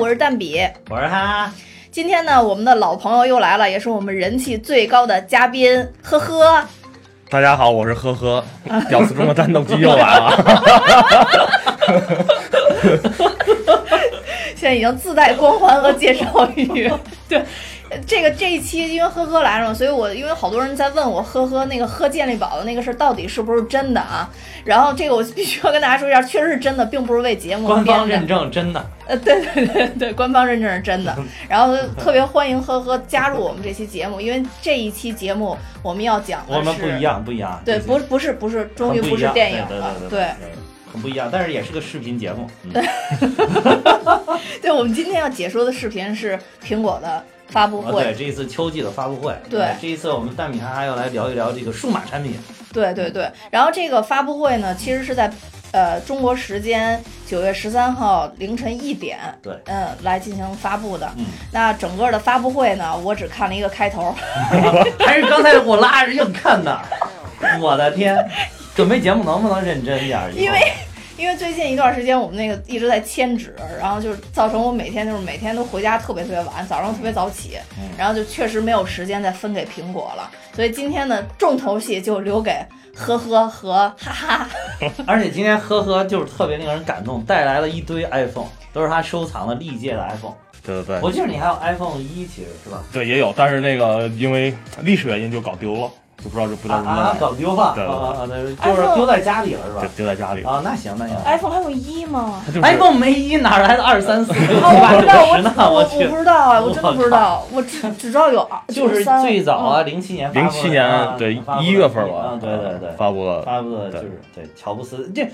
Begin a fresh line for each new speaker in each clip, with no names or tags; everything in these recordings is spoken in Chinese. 我是蛋比。
我是哈，
今天呢，我们的老朋友又来了，也是我们人气最高的嘉宾，呵呵。
大家好，我是 呵呵，屌丝中的战斗机又来了。
现在已经自带光环和介绍 语。对，呃这个这一期因为呵呵来了嘛，所以我因为好多人在问我呵呵那个喝健力宝的那个事儿到底是不是真的啊？然后这个我必须要跟大家说一下，确实是真的，并不是为节目
官
编
方
的
认证真的，
呃，对对对对，官方认证是真的。然后特别欢迎呵呵加入我们这期节目，因为这一期节目我们要讲的
我们
是
不一，样，不一样，
对，
这
不不是不是，终于
很不一
是
样
电影
对
了，
对
对
对对，很不一样，但是也是个视频节目，嗯
对，我们今天要解说的视频是苹果的发布
啊
会，
对，这一次秋季的发布会，
对
哎这一次我们蛋米哈哈要来聊一聊这个数码产品，
对对对，然后这个发布会呢，其实是在呃中国时间九月十三号凌晨一点，
对
嗯，来进行发布的。
嗯
那整个的发布会呢，我只看了一个开头，
还是刚才我拉着硬看的， 我的天，准备节目能不能认真一点儿？以后
因为因为最近一段时间我们那个一直在迁址，然后就是造成我每天就是每天都回家特别特别晚，早上特别早起
嗯，
然后就确实没有时间再分给苹果了，所以今天的重头戏就留给呵呵和哈哈。
而且今天呵呵就是特别令人感动，带来了一堆 iPhone，都是他收藏的历届的 iPhone。
对对对，
我记得你还有 iPhone 一，其实是吧？
对也有，但是那个因为历史原因就搞丢了，就不知道是不知
啊
道
啊，
怎么
搞丢了
嗯对对
啊啊！对就是
iPhone
丢在家里了是吧
弄，？就丢在家里。
啊，那行那行。哎
iPhone 还有一吗？
哎它就是
iPhone 没一哪来的二 三四六七
啊，我
八
不知道，
九 十呢？
我我
去
不，知道啊，我真的
我
不知道，我 只只知道有二
就是
三
最早
嗯
啊，零七年发布的，
零七年对
啊发布的
一月份
啊
吧，
对对对，
发布了。
发布的就
对
是对乔布斯这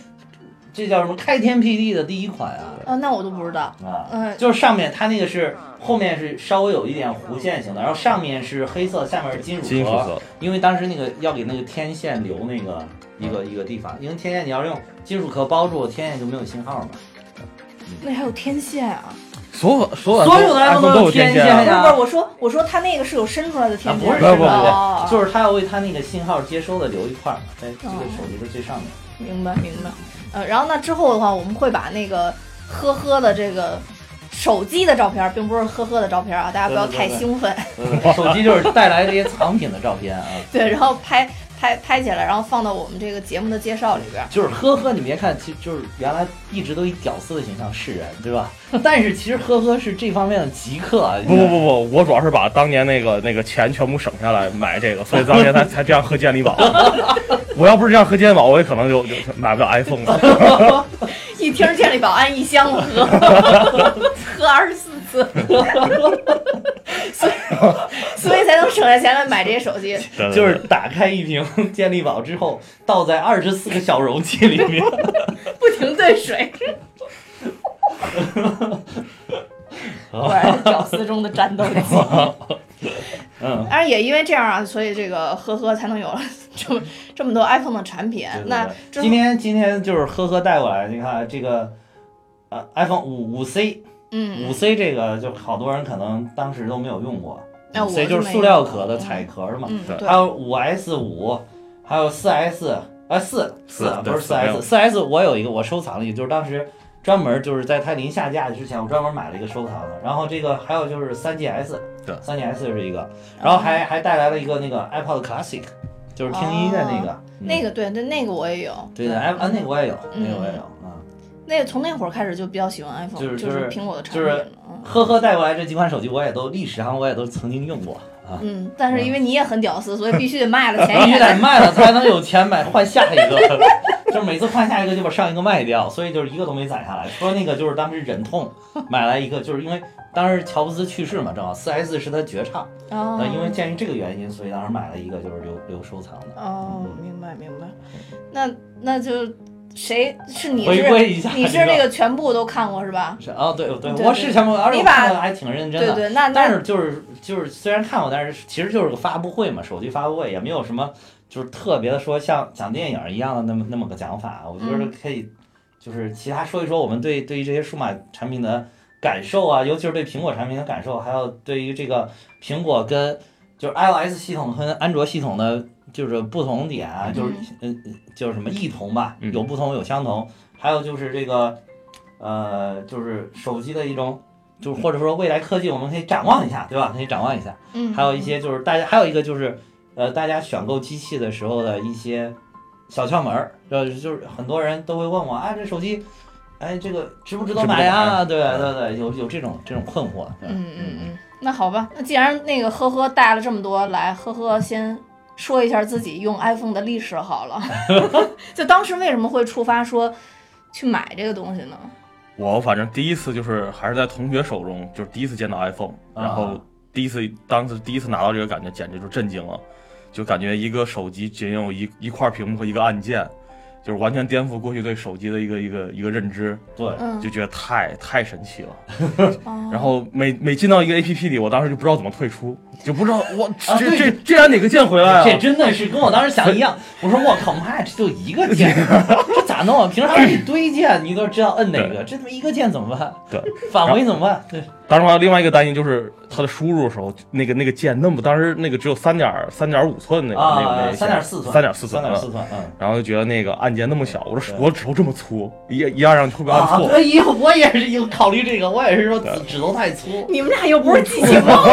这叫什么开天辟地的第一款啊
啊，那我都不知道，
啊！
嗯，
就是上面它那个是后面是稍微有一点弧线型的，然后上面是黑色，下面是金
金
属
属
壳。
色，
因为当时那个要给那个天线留那个一
嗯
个一个地方，因为天线你要是用金属壳包住，天线就没有信号嘛。
那还有天线啊。
所有所有
所有的 iPhone
iPhone
都有
有
天
线
不
线
啊，
是
呀
不是，我说我说它那个是有伸出来的天
啊
线，
不是
不是不是
哦
就是它要为它那个信号接收的留一块儿嘛，在这个手机的最上面。
明白明白。呃，然后那之后的话，我们会把那个呵呵的这个手机的照片，并不是呵呵的照片啊，大家不要太兴奋。
手机就是带来这些藏品的照片啊。
对然后拍拍拍起来，然后放到我们这个节目的介绍里边。
就是呵呵，你别看，其实就是原来一直都以屌丝的形象示人，对吧？ 但是其实呵呵是这方面的极客啊。
不不不不，我主要是把当年那个那个钱全部省下来买这个，所以当 年才才这样喝健力宝。我要不是这样喝健力宝，我也可能就就买不了 iPhone 了。
一听健力宝安一箱子喝， 喝二十四次，所以所以才能省下钱来买这些手机。
对对对
就是打开一瓶健力宝之后，倒在二十四个小容器里 面。
不停兑 水。果然是屌丝中的战斗机。
嗯，
但是也因为这样啊，所以这个呵呵才能有了这么这么多 iPhone 的产品。
嗯对对对
那之后
今，天今天就是呵呵带过来，你看这个，呃，iPhone 五五 C
嗯，
五 C 这个，就好多人可能当时都没有用过。
哎
五 C
我是
就是塑料壳的彩壳嘛。
嗯，
对
对
还，有五 S 五，还有四 S，啊四
四
不是四
对四没
S，
有
四 S 我有一个我收藏了一个，就是当时专门就是在它临下架之前，我专门买了一个收藏的。然后这个还有就是三 GS，
对
三 GS 是一个，然后
哦
还还带来了一个那个 iPod Classic，就是听音乐那个，
哦
嗯
那个对对那个我也有，
对的，i 啊那个我也有，
嗯
那个我也有啊。
那个从那会儿开始就比较喜欢 iPhone，
就是
是苹果的产品
就是
了。嗯
呵呵，带过来这几款手机我也都历史上我也都曾经用过啊，
嗯，但是因为你也很屌丝，所以必须得卖 了钱
必须
也
哎得
得。
卖了才能有钱买换下一个，就是每次换下一个就把上一个卖掉，所以就是一个都没攒下来。说那个就是当时忍痛买来一个，就是因为当时乔布斯去世嘛，正好4 S 是他绝唱，
哦
呃那因为鉴于这个原因，所以当时买了一个就是留留收藏的。
哦，明白明白。那那就谁是你
回
是
归一下
你是那
这
个全部都看过是吧？
是啊，对对，
对对
我是全部，而且我
你把
看的还挺认真
对
的。
对，那
但
那
是就是就是虽然看过，但是其实就是个发布会嘛，手机发布会也没有什么就是特别的说像讲电影一样的那么那么个讲法，啊我觉
嗯
得可以就是其他说一说我们对对于这些数码产品的感受啊，尤其是对苹果产品的感受，还有对于这个苹果跟就是 iOS 系统和安卓系统的就是不同点啊，就是嗯就是什么异同吧，
嗯
有不同有相同，还有就是这个呃就是手机的一种。就是或者说未来科技我们可以展望一下，对吧？可以展望一下。
嗯，
还有一些就是大家还有一个就是，呃，大家选购机器的时候的一些小窍门儿，就是就是很多人都会问我啊，这手机，哎，这个值不值得买啊？对对对，有有这种这种困惑。对
嗯嗯嗯，那好吧，那既然那个呵呵带了这么多来，呵呵先说一下自己用 iPhone 的历史好 了。 就当时为什么会触发说去买这个东西呢？
我反正第一次就是还是在同学手中，就是第一次见到 iPhone，
啊
然后第一次当时第一次拿到这个感觉，简直就震惊了，就感觉一个手机仅有一一块屏幕和一个按键，就是完全颠覆过去对手机的一个一个一个认知，
对，
嗯
就，觉得太太神奇了。
哦
然
嗯
后每每进到一个 APP 里，我当时就不知道怎么退出，就不知道我
啊
这
对
这这按哪个键回来
这
啊？
真的是跟我当时想的一样。我说我靠妈，这就一个 键，这咋弄啊？平常有一堆键，你都知道摁哪个，这他妈一个键怎么办？
对，
返回怎么办？对，
当时还有另外一个担心就是它的输入的时候，那个那个键那么当时那个只有三点三点五寸那个那个那
啊，
个
三点四寸，
三点四寸啊
三点四寸，嗯。
然后就觉得那个按键那么小，我说
对
我指头这么粗，一一按上去会不会按
啊，
错？
所以我也是有考虑这个，我也是说指指头太 粗，
你们俩又不是机 器猫，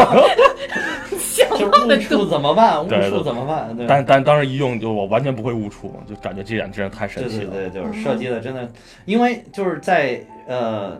想
就是
到的多。
误触怎么办？误
对对
触怎么办？对吧
但但当时一用就我完全不会误触，就感觉这点真是太神
对
奇
对
了。
对，就是设计的真的，因为就是在呃，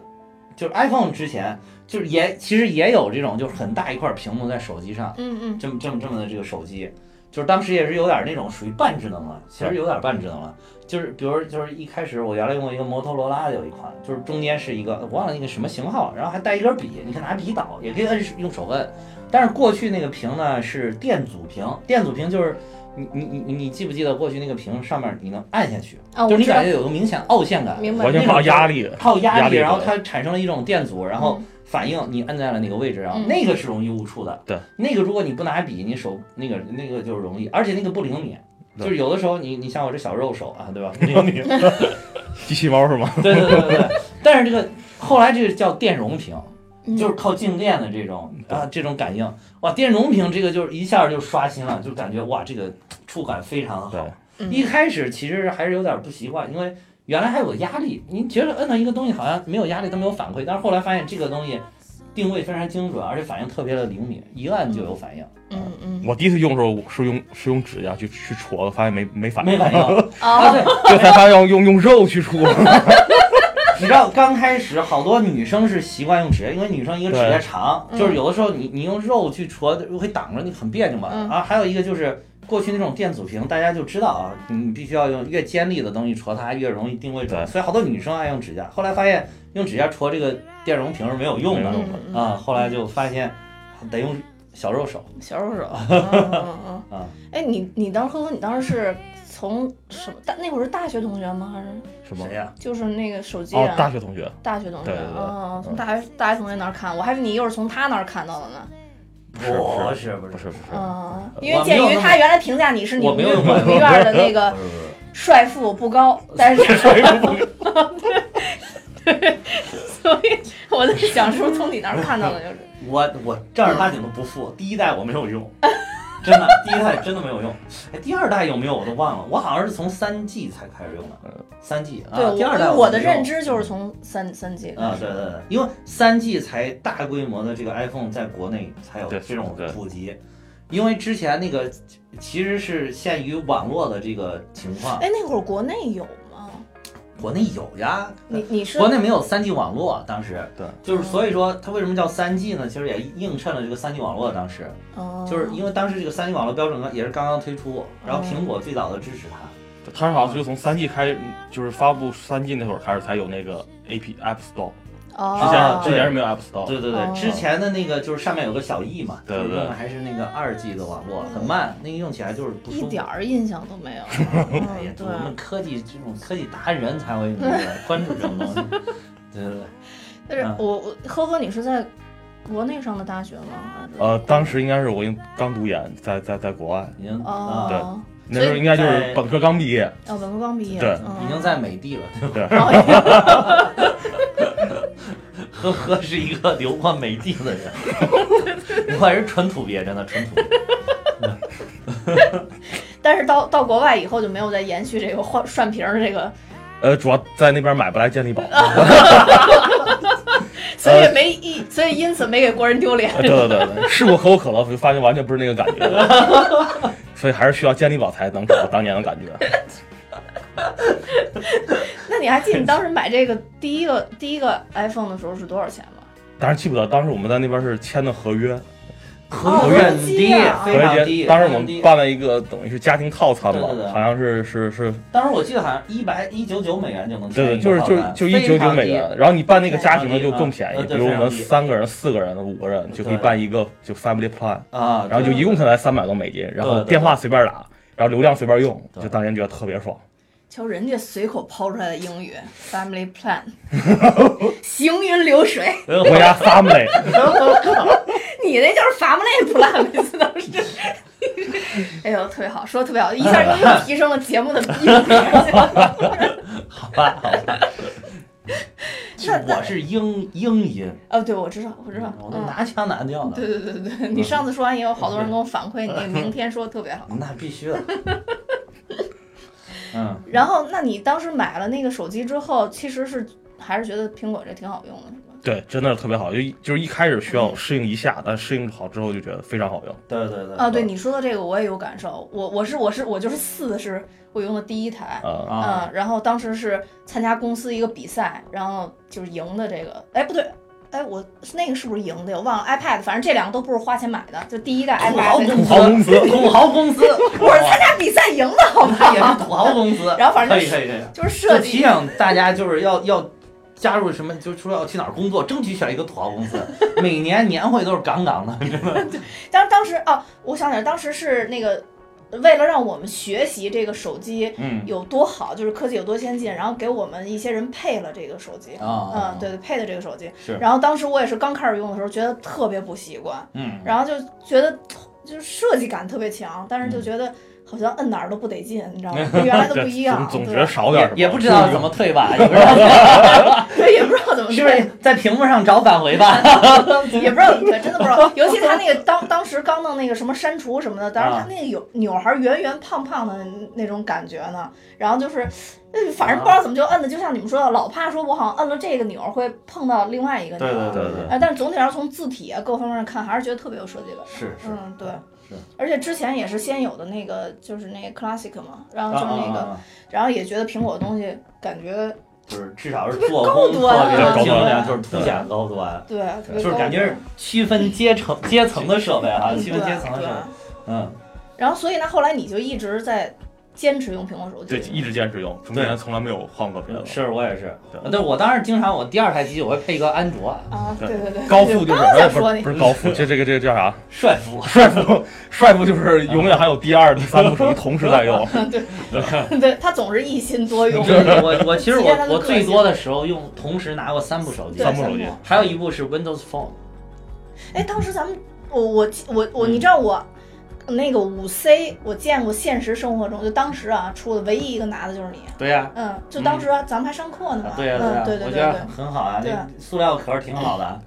就是 iPhone 之前，就是也其实也有这种就是很大一块屏幕在手机上，
嗯嗯
这么这么这么的这个手机，就是当时也是有点那种属于半智能了，其实有点半智能了。就是比如就是一开始我原来用过一个摩托罗拉的有一款，就是中间是一个我忘了那个什么型号，然后还带一根笔，你可以拿笔导，也可以摁用手摁。但是过去那个屏呢是电阻屏，电阻屏就是你你你你你记不记得过去那个屏上面你能按下去，
啊，
就是
我
你
知道
感，觉有个明显凹陷感，
明白
完全
那
靠
种
压力，
靠压
压
力，
力
然后
对
它产生了一种电阻，然后反应你摁在了哪个位置，然后
嗯
那个是容易误触的。
对，
那个如果你不拿笔，你手那个那个就是容易，而且那个不灵敏。
对
就是有的时候你你像我这小肉手啊，对吧？不灵敏。
机器猫是吗？
对对对对对。但是这个后来这个叫电容屏，
嗯
就是靠静电的这种
对
啊这种感应。哇，电容屏这个就是一下就刷新了，就感觉哇这个触感非常好。
嗯
一开始其实还是有点不习惯，因为原来还有压力，你觉得摁到一个东西好像没有压力，它没有反馈，但是后来发现这个东西定位非常精准，而且反应特别的灵敏，一按就有反应，
嗯嗯，
我第一次用的时候是用是用指甲去去戳的，发现没没反应，
没 反应。啊，
哦，
对，
这才发现要用用肉 去戳。
你知道刚开始好多女生是习惯用指甲，因为女生一个指甲长，
对嗯
就是有的时候你你用肉去戳会挡着你很别扭嘛。
嗯
啊，还有一个就是过去那种电阻屏，大家就知道啊，你必须要用越尖利的东西戳它，越容易定位准。
对
所以好多女生爱用指甲，后来发现用指甲戳这个电容屏是没有用的
没
嗯
有
嗯嗯
啊，后来就发现得用小肉手。
小肉 手，嗯嗯嗯
啊，
哎，你你当时呵呵，你当时是从什么大？那会儿是大学同学吗？还是
什么？
呀？
就是那个手机
哦，
啊？
大学同学，
大学同学，
对对对
嗯，从
嗯
大学大学同学那儿看，我还以为你又是从他那儿看到的呢。
不
是
是
不
是不
不是不是，
嗯，
呃我
因为
没
鉴
有
于
那
他原来评价你是你
我
们
没
这
有
个
那么
美院的那个
不是不是
帅富不 高，但是所以我在想是不是从你那儿看到的，就是
我我正儿八经的不富，第一代我没有用，真的，第一代真的没有用。哎，第二代有没有我都忘了，我好像是从三 G 才开始用的
嗯，
三 G 啊。
对我
第二代
因为
我
我的
没用
认知就是从三三 G 开
啊，
始
对对对，因为三 G 才大规模的这个 iPhone 在国内才有
对
这种
对
普及，因为之前那个其实是限于网络的这个情况，
哎，那会儿国内有吗？
国内有呀，
你你是
呃国内没有三 G 网络，当时
对，
就是所以说它为什么叫三 G 呢？其实也映衬了这个三 G 网络当时。
哦
就是因为当时这个三 G 网络标准也是刚刚推出，然后苹果最早的支持它，
他好像就从三 G 开始，就是发布三 G 那会儿开始才有那个 A P App Store，之前、
哦
之前是没有 App Store，
啊对对
哦
对，之前的那个就是上面有个小 E 嘛，
对对
就是用的还是那个二 G 的网络，很慢，那个用起来就是不
一
舒服
点。儿印象都没 有。
哎呀
嗯，，
我
对，
们科技这种科技达人才会 那个关注这种东西，对对对，
但是
嗯
我我呵呵，你是在国内上的大学吗？还是
呃，当时应该是我已经刚读研，在在在国外，
已经啊，
哦，
那时候应该就是本科刚毕业，
哦，文科刚毕业，
对
嗯
已经在美的了，对吧？
哦
呵呵，是一个流过美的的人， 我还是纯土鳖，真的纯土鳖。
但是到到国外以后就没有再延续这个换涮瓶儿这个
呃，主要在那边买不来健力宝，
所以没一，所以因此没给国人丢脸。
啊，对对对对，试过可口可乐，就发现完全不是那个感觉， 所以还是需要健力宝才能找到当年的感觉。
那你还记得你当时买这个第一个第一个 iPhone 的时候是多少钱吗？
当然记不得，当时我们在那边是签的合约，
哦
合约很低，
合
啊
非常
约
低。
间，当时
非
我
常低
们办了一个等于是家庭套餐吧
对对对，
好像是是是，
当时我记得好像一百一九九美元就能签
对，
一个
就是
套
就
餐
就一九
非常
九美
低
元，然后你办那个家庭的
非常
就
低
更便
啊
宜，比
对
如我
非常
们
低呃
三个人、四个人、五个人就可以
对
办一个就 family plan，
啊，
然后就一共才才三百多美金，然
对
后
对对
电话随便打，然后流量随便用，
对
就当年觉得特别爽。
瞧人家随口抛出来的英语 “family plan”，行云流水，
就
国家 family，
你那就是 family plan，每次都是。 哎呦，特别好，说的特别好，一下就又提升了节 目的逼格。
好吧，好吧。其实
那那
我是英英音，
哦，对，我知道，我知道，
我都
嗯。
拿腔拿调
对
的，
对对对，你上次说完也有好多人跟我反馈，你明天说的特别好。
那必须的。 嗯，
然后，那你当时买了那个手机之后，其实是还是觉得苹果这挺好用的，是吧？
对，真的是特别好，就一就是一开始需要适应一下，但适应好之后就觉得非常好用。
对对呃对。
啊，对你说的这个我也有感受，我我是我是我就是四是我用的第一台，
啊，
啊，
嗯，然后当时是参加公司一个比赛，然后就是赢的这个，哎不对，哎我是那个是不是赢的呀？我忘了 iPad，反正这两个都不是花钱买的，就第一代
土豪
iPad，
公
土
司，
豪
土豪公
公 司
司，
我是参 加比赛赢的，好不
他也是
好？
土豪公司。
然后反正
可以可以可以，
就是设
就
计，
提醒大家就是要要。加入什么就说要去哪儿工作，争取选一个土 豪公司。每年年会都是杠杠的，
当当时哦，我想起来，当时是那个为了让我们学习这个手机
嗯
有多好，就是科技有多先进，然后给我们一些人配了这个手机。
啊
哦
嗯，，对对，配的这个手机。
是
然后当时我也是刚开始用的时候，觉得特别不习惯，
嗯，
然后就觉得就是设计感特别强，但
嗯
是就觉得好像摁哪儿都不得劲，你知道 吗？跟原来的不一样，
总总觉
对
得少点什
也
么，
也不知道怎
么。
么退 吧，也不知道
对， 也不知道怎么
是不
对
是在屏幕上找返回吧？
也不知道怎么对，真的不知 道。尤其他那个当当时刚弄那个什么删除什么的，
啊
当时他那个有钮还圆圆胖胖的那种感觉呢，然后就是，呃反正
啊
不知道怎么就摁的，就像你们说的，老怕说我好像摁了这个钮会碰到另外一个钮。
对
嗯
对
哎，但是总体上从字体啊各方面看，还是觉得特别有设计感。
是是
嗯，对，
是
而且之前也是先有的那个，就是那个 classic 嘛，然后
啊
就是
啊
那个，
啊
然后也也觉得苹果的东西感觉
就是至少是做工
特别
特
高端
别
啊
精良，就
对
是凸显高端，
对，特别
就是
高
感觉是区分阶层阶层的设备啊，
嗯
区分阶层的
对
设备，嗯，
对然后所以呢，后来你就一直在坚持用苹果手
对，
机，
一直坚持用，中间从来没有换过别的。
是我也是
对，
对我当时经常我第二台机器我会配一个安卓，
啊，对对对，
高富就是
我刚想
不
说你
是不是高富，这这个这个叫啥？
帅服，
帅富，帅富就是永远还有第二、第三部手机同时 在用。呃
对他总是一心多用，
我我其实
体验它
我
的
我
个
最
性
多的时候用同时拿过三部手机
对，
三部手机
还有一部是 Windows Phone，
哎，当时咱们，我我我我，
嗯
你知道我。那个五 C，我见过现实生活中，就当时啊出的唯一一个拿的就是你，
对呀。
嗯，就当时咱们还上课呢嘛，
啊对呀、
嗯，
对
对
呀、
对
我
对
觉
对
得，很好啊，
对
那塑料壳儿挺好的，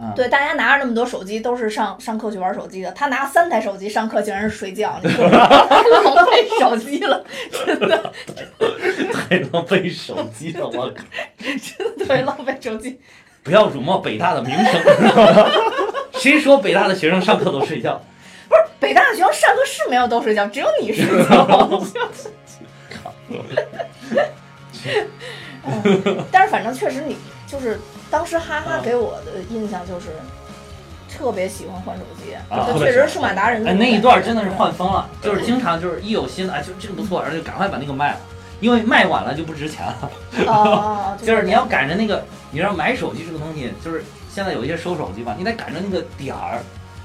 嗯，
对，大家拿着那么多手机都是上上课去玩手机的，他拿三台手机上课竟然是睡觉，你说 浪费手机了，
太浪费手机了，我靠！
对，浪费手机。
不要辱没北大的名声。 谁说北大的学生上课都睡觉？
北大的学生上课是没 有都睡觉，只有你 睡觉。嗯但是反正确实你就是当时哈哈给我的印象就是特别喜欢换手机，
啊
就确实是数码达人。
哎，那一段真的是换疯了，就是经常就是一有新的，哎，就这个不错，然后就赶快把那个卖了，因为卖晚了就不值钱了。
哦 哦，哦
就是你要
这样
赶着那个，你知道买手机这个东西，就是现在有一些收手机嘛，你得赶着那个点儿。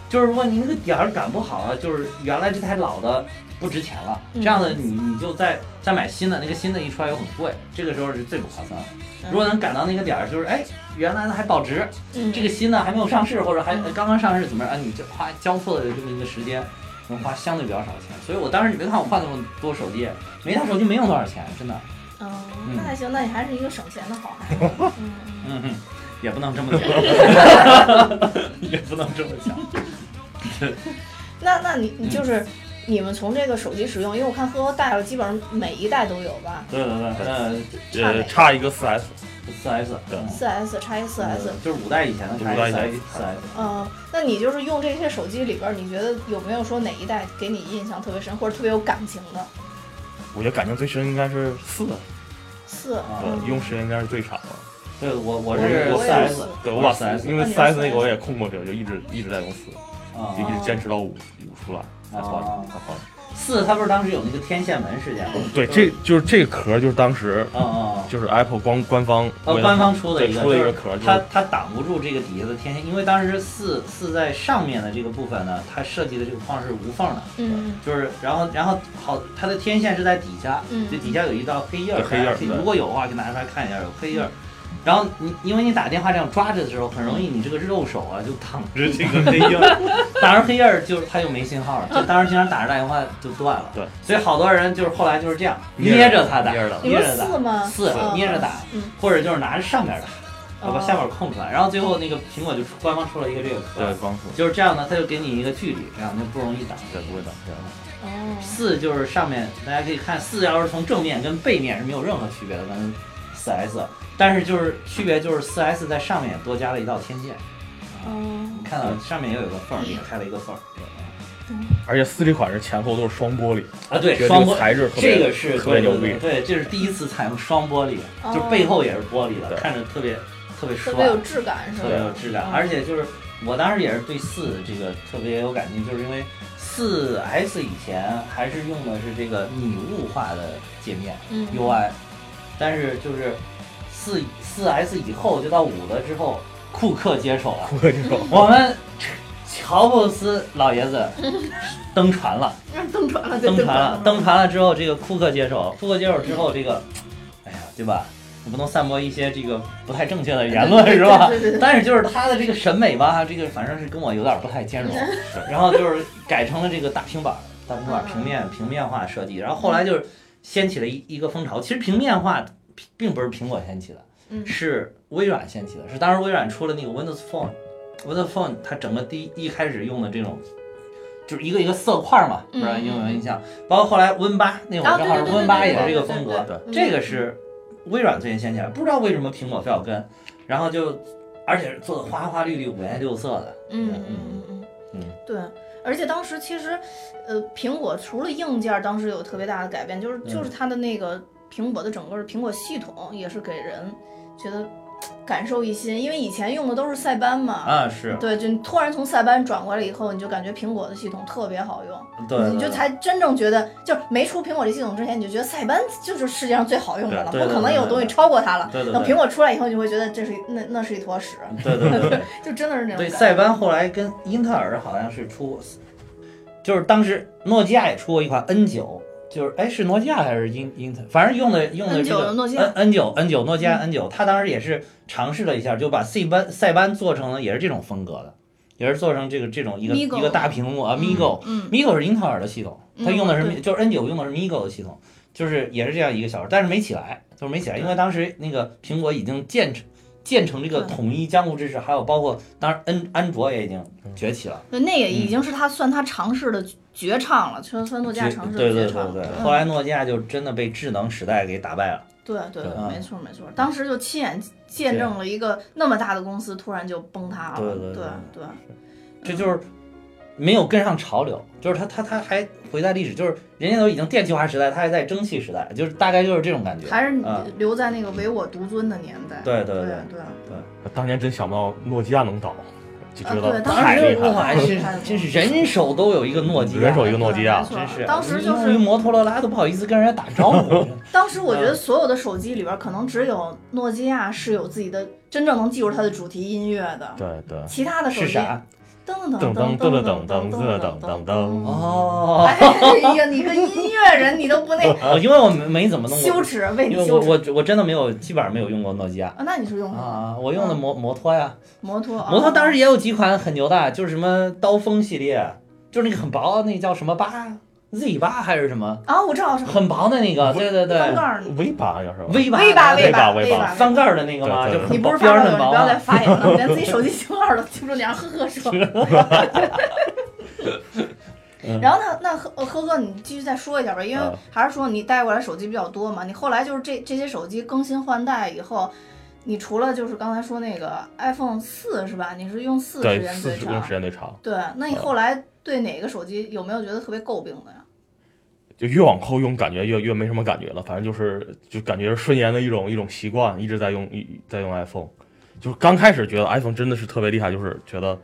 就是如果你那个点儿赶不好啊，就是原来这台老的不值钱了，这样的你你就再再买新的，那个新的一出来又很贵，这个时候是最不划算的。如果能赶到那个点儿，就是哎，原来的还保值，
嗯
这个新的还没有上市，或者还呃刚刚上市怎么着？啊，你这花交错的这么一个时间，能花相对比较少钱。所以我当时你没看我换那么多手机，每台手机没用多少钱，真的。
哦
嗯
那还行，那你还是一个省钱的好孩 子。嗯嗯
嗯哼，也不能这么 讲，也不能这么讲。
那那你你
嗯
就是、你们从这个手机使用，因为我看呵呵带了，基本上每一代都有吧？
对对对，呃，
差哪
呃，
个
差一个四 S，
四 S 嗯
对
四 S 叉一四 S。
就是五代以前的
五代以前
四 S，
嗯，那你就是用这些手机里边儿，你觉得有没有说哪一代给你印象特别深，或者特别有感情的？
我觉得感情最深应该是四，
四，
呃
对，用时间应该是最长的。
对我我
我
是
也
四
是
S，
对，我把
四
四，
S
因为
那你
四
是
S 那个我也空过去，就一直一直在用四，
啊
就一直坚持到五五出来才换
啊
才换。
四它不是当时有那个天线门事件吗？
对，
就是
这就是这个壳，就是当时
嗯嗯。
就是 Apple 官官方
呃，
为了
官方出的一个，
对出了一个
就是
壳就是
它它挡不住这个底下的天线，因为当时四四在上面的这个部分呢，它设计的这个框是无缝的，
嗯
就是然后然后好，它的天线是在底下，
嗯
就底下有一道黑印儿，
对黑印
大
儿
家可以
对
如果有的话，给大家看一下有黑印儿。然后你因为你打电话这样抓着的时候，很容易你这个肉手啊就躺着这个黑印儿，打上黑印儿就是它就没信号了，就当时平常打着打电话就断了。
对，
所以好多人就是后来就是这样捏
捏
着它打，
捏着打
嗯你
捏
说
着打
四吗？
四
嗯
捏着打，
嗯，
或者就是拿着上面打，然后把
哦
下面空出来，然后最后那个苹果就出官方出了一个这个
对
壳，
光速，
就是这样呢，它就给你一个距离，这样就不容易打。
对不会打这样
哦，
四就是上面大家可以看，四要是从正面跟背面是没有任何区别的，跟四 S，但是就是区别就是四 S 在上面多加了一道天线，
哦
嗯你，看
嗯
到上面也有一个缝儿，也开了一个缝儿。
而且四这款是前后都是双玻璃，
啊，对，
觉得
双
这
玻
个材质特别
这个是
特别牛
对
逼
对，对，这是第一次采用双玻璃，
哦
就是背后也是玻璃的，
对
看着特别特别
特
帅，
别有质感是
特别有
吧？
质感
嗯，
而且就是我当时也是对四这个特别有感情，就是因为四 S 以前还是用的是这个拟物化的界面
嗯
UI，但是就是四四 S 以后就到五了之后，库克接手了，
我跟你说，
我们乔布斯老爷子登船了，
让登船啊了，对
登船了，登
登
船了之后，这个库克接手，库克接手之后，这个，哎呀，对吧？你不能散播一些这个不太正确的言论，是吧？
对对对
但是就是他的这个审美吧，这个反正是跟我有点不太兼 容，然后就是改成了这个大平板儿，大平板儿
嗯
平面平面化设计，然后后来就是掀起了一一个风潮。其实平面化并不是苹果掀起的，
嗯
是微软掀起的，是当时微软出了那个 Windows Phone，Windows Phone 它整个第一一开始用的这种。就是一个一个色块嘛，不
嗯
知道你有没有印象？包括后来 Win 八那会
啊
儿，正好是
对对对
Win 八
对
也
对
是这个
对对
风格
对，
对
嗯
这个是微软最先掀起来，不知道为什么苹果非要跟，然后就而且做的花花绿绿、五颜六色的，
嗯嗯嗯嗯
嗯
嗯，对。而且当时其实，呃，苹果除了硬件儿，当时有特别大的改变，就是
嗯
就是它的那个苹果的整个的苹果系统也是给人觉得感受一新，因为以前用的都是塞班嘛，
啊是
对，就你突然从塞班转过来以后，你就感觉苹果的系统特别好用，
对，
嗯你就
对
才真正觉得，就是没出苹果这系统之前，你就觉得塞班就是世界上最好用的了，
对对
不
对
可能有
对
东西
对
超过它了。
对对
等
对
苹果出来以后，你就会觉得这是一那那是一坨屎，
对对对对。
就真的是那种
对，
感觉
塞班后来跟英特尔好像是出，就是当时诺基亚也出过一款 N 九，就是哎是诺基亚还是英英特尔，反正用的用的这
N9
个哎
的诺基亚
N N 九 N 九诺基亚
嗯
N 九，它当时也是尝试了一下，就把 C 班塞班做成了也是这种风格的，也是做成这个这种一个
Migo
一个大屏幕啊 Migo，Migo、
嗯
Migo 是英特尔的系统，它
嗯
用的是、
对
就是 N 九用的是 Migo 的系统，就是也是这样一个小时，但是没起来，就是没起来，因为当时那个苹果已经建成建成这个
对
统一江湖之势，还有包括当然安安卓也已经
嗯
崛起了，
对，那也
嗯
已经是他算他尝试的绝唱了，算算诺基亚
崛
尝试
对
的
对
绝
对
唱。
对，
嗯
后来诺基亚就真的被智能时代给打败了，
对对对，
对嗯
没错没错，当时就亲眼见证了一个那么大的公司突然就崩塌了。
对对
对
对
对，嗯
这就是没有跟上潮流，就是他他他还回在历史，就是人家都已经电气化时代，他还在蒸汽时代，就是大概就是这种感觉，
还是
嗯
留在那个唯我独尊的年代。
对对
对
对。
对。
当年真想不到诺基亚能倒，就
啊
知道
对当时
太厉害
我
了。
还是真是人手都有一个诺基亚，
人手一个诺基亚嗯
没错
真是，
当时就
用于
是，
摩托罗拉都不好意思跟人家打招呼。
当时我觉
嗯
得所有的手机里边，可能只有诺基亚是有自己的真正能记住它的主题音乐的，
对对，
其他的手
是
机
啥？
噔噔
噔
噔噔噔
噔噔噔
噔噔
噔
噔
噔噔
噔
噔
噔
噔。
哦，
哎呀，你个音乐人，你都不 那
哦因为我没没怎么弄
羞
过，
耻，为
因
你
为
羞
我
耻
我我真的没有，基本上没有用过诺基亚。
啊！那你是用什么？
啊，
嗯
我用的摩摩托呀，
摩托，
摩托当
时
时也有几款很牛的，就是什么刀锋系列，就是那个很薄，那个叫什么八 Z 八还是什么，
啊，我知道是
很薄的那个，对对对
翻盖儿呢。
V 八要是吧
V 八
微吧微
微吧
微
微吧
吧，
翻盖儿的那个嘛，
对
就
对
你
很
不
薄，
是
边
发烧
儿
友，你
很薄
啊
嗯
不要再发言了，连自己手机型号都记不住，你让呵呵说。 然后那那呵呵呵，你继续再说一下吧，因为
嗯
还是说你带过来手机比较多嘛，你后来就是这这些手机更新换代以后，你除了就是刚才说那个 iPhone 四是吧？你是用四时
对，
间
四
最
十用
长
时。间嗯最长，
对，那你后来对哪个手机有没有觉得特别诟病的呀？
就越往后用感觉越越没什么感觉了，反正就是就感觉是顺延的一种一种习惯，一直在用一一在用 iPhone，就是刚开始觉得 iPhone 真的是特别厉害，就是觉得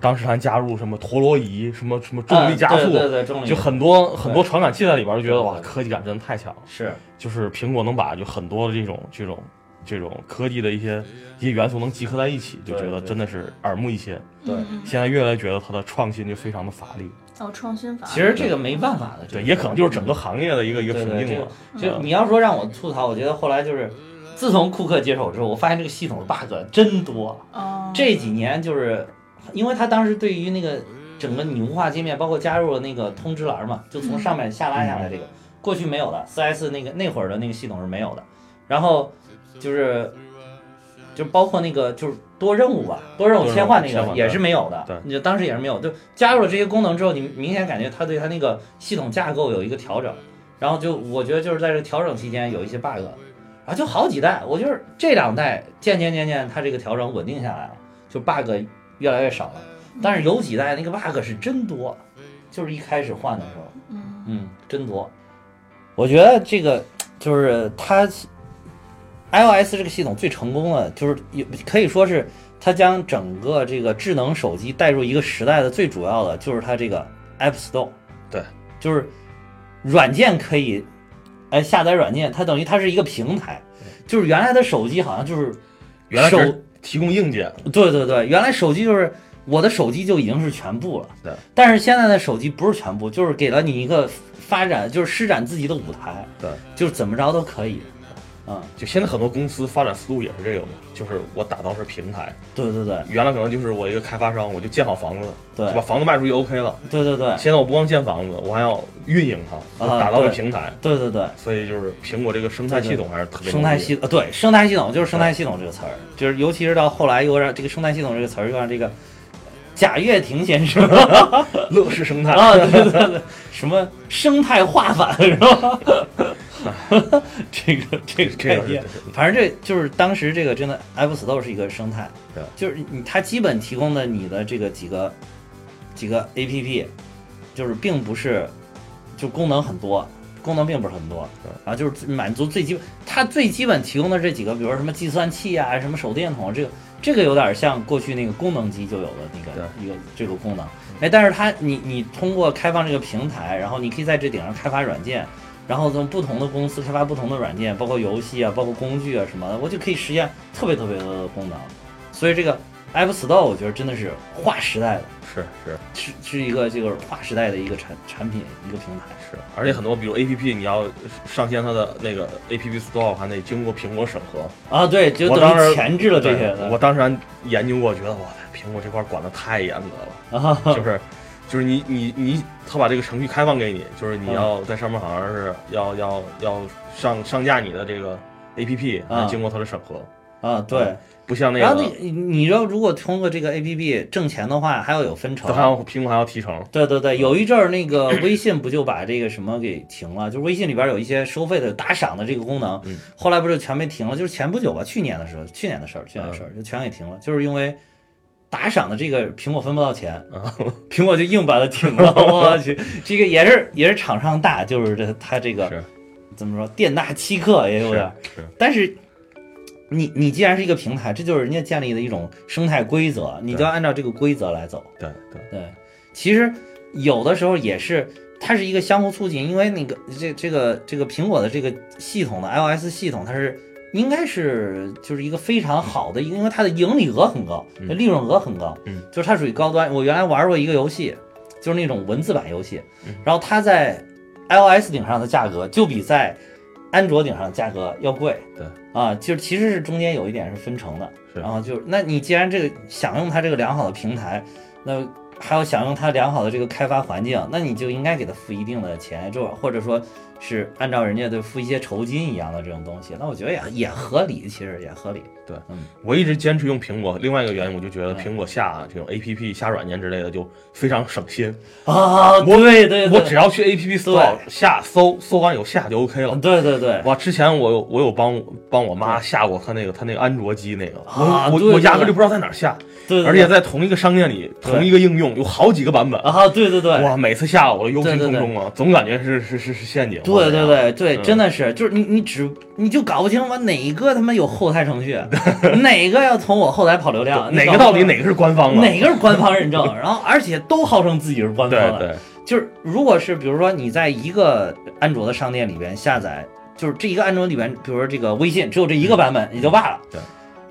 当时还加入什么陀螺仪、什么什么重力加
嗯
速，
对对对，重力
就很多很多传感器在里边，就觉得哇，
对对
科技感真的太强了。
是
就是苹果能把就很多的这种这种这种科技的一些一些元素能集合在一起，就
对
觉得
对
真的是耳目一新。
对
嗯嗯
现在越来越觉得它的创新就非常的乏力，
哦，创新法。
其实这个没办法的，
对，
这
也可能就是整个行业的一个一个
对
瓶
对
颈了。
这个就你要说让我吐槽，我觉得后来就是，自从库克接手之后，我发现这个系统的 bug 真多。
哦，
这几年就是，因为他当时对于那个整个拟物化界面，包括加入了那个通知栏嘛，就从上面下拉下来，这个过去没有的，4S 那个那会儿的那个系统是没有的。然后就是，就包括那个就是多任务吧，多任务切换那
多任务切
个
换
也是没有的
对，
你就当时也是没有。就加入了这些功能之后，你明显感觉它对它那个系统架构有一个调整，然后就我觉得就是在这调整期间有一些 bug，然后就好几代，我就是这两代渐渐渐渐它这个调整稳定下来了，就 bug 越来越少了。但是有几代那个 bug 是真多，就是一开始换的时候。
嗯，
嗯，真多。我觉得这个就是它 iOS 这个系统最成功的，就是也可以说是它将整个这个智能手机带入一个时代的最主要的就是它这个 App Store。
对，
就是软件可以哎下载软件，它等于它是一个平台。就是原来的手机好像就是
原来只
手
是提供硬件，
对对对，原来手机就是我的手机就已经是全部了。
对，
但是现在的手机不是全部，就是给了你一个发展，就是施展自己的舞台。
对，
就是怎么着都可以。嗯，
就现在很多公司发展思路也是这个嘛，就是我打造是平台，
对对对
原来可能就是我一个开发商，我就建好房子，
对哎
就把房子卖出去 OK 了。
对对对
现在我不光建房子，我还要运营它，我打造个
对
平台。
对对对，
所以就是苹果这个生态系统还是特别
生
牛
态
逼
系呃对生态系统就是生态系统这个词儿，就是尤其是到后来又让这个生态系统这个词儿又让这个贾跃亭先 生
乐视生态，
啊，对对对，什么生态化反是吧？ 这个这个
这
概
个是
念。反正这就是当时这个真的 App Store 是一个生态，
对
就是你它基本提供的你的这个几个几个 APP，就是并不是就功能很多，功能并不是很多
对，
然后就是满足最基本，它最基本提供的这几个，比如说什么计算器啊，什么手电筒，这个这个有点像过去那个功能机就有的那个一个这个功能，
嗯
哎，但是它你你通过开放这个平台，然后你可以在这顶上开发软件。然后从不同的公司开发不同的软件，包括游戏啊，包括工具啊什么的，我就可以实现特别特别多的功能。所以这个 App Store 我觉得真的是划时代的，
是
是
是
是一个这个划时代的一个产产品一个平台。
是，而且很多比如 A P P，你要上线它的那个 A P P Store 还得经过苹果审核，
啊，对，就
我当
等于
时
前置了这些
对
的。
我当时还研究过，觉得哇，苹果这块管的太严格了。
啊，
就是就是你你你，他把这个程序开放给你，就是你
嗯
要在上面好像是要要要上上架你的这个 A P P，
啊
经过他的审核，
啊，对。
不像那
然后
个，
你你要如果通过这个 APP 挣钱的话，还要有分
他还要
成。
苹果还要提成，
对对对，有一阵儿那个微信不就把这个什么给停了？就微信里边有一些收费的打赏的这个功能
嗯，
后来不是全被停了？就是前不久吧，去年的时候，去年的事儿，去年的事儿
嗯
就全给停了，就是因为打赏的这个苹果分不到钱，
啊，
苹果就硬把它停了。我去，这个也是也是厂商大，就是这它这个
是
怎么说店大欺客也有点儿。
是
但是你你既然是一个平台，这就是人家建立的一种生态规则，你就
对
要按照这个规则来走。
对对，
对，其实有的时候也是，它是一个相互促进，因为那个这这个这个苹果的这个系统的 iOS 系统，它是应该是就是一个非常好的，因为它的盈利额很高，
嗯
利润额很高，
嗯
就是它属于高端。我原来玩过一个游戏，就是那种文字版游戏
嗯，
然后它在 iOS 顶上的价格就比在安卓顶上的价格要贵，
对
啊，就是其实是中间有一点是分成的，
是
然后就是那你既然这个享用它这个良好的平台，那还有享用它良好的这个开发环境，那你就应该给它付一定的钱，就或者说是按照人家的付一些酬金一样的这种东西，那我觉得也也合理，其实也合理，
对
嗯，
我一直坚持用苹果，另外一个原因我就觉得
嗯
苹果下啊这种 A P P 下软件之类的就非常省心，
啊，对对
我
对，
只要去 A P P 搜下搜搜完有下就 OK 了。
啊对对对，
哇，之前我有我有帮帮我妈下过她那个她那个安卓机那个，
啊
我
对
我我
对
压
对
根就不知道在哪儿下，
对，对
而且在同一个商店里
对
同一个应用有好几个版本，
啊，对对对，
哇，每次下我都忧心
对对
忡
对
忡啊，总感觉是是是是陷阱。
对对对对，
嗯
真的是，就是你你只你就搞不清我哪个他妈有后台程序， 哪个要从我后台跑流量，
对，哪个到底
哪
哪个是官方的？
哪个是官方认证，然后而且都号称自己是官方啊
对
的，
对，
就是如果是比如说你在一个安卓的商店里边下载，就是这一个安卓里边，比如说这个微信只有这一个版本，也就罢了，
嗯对，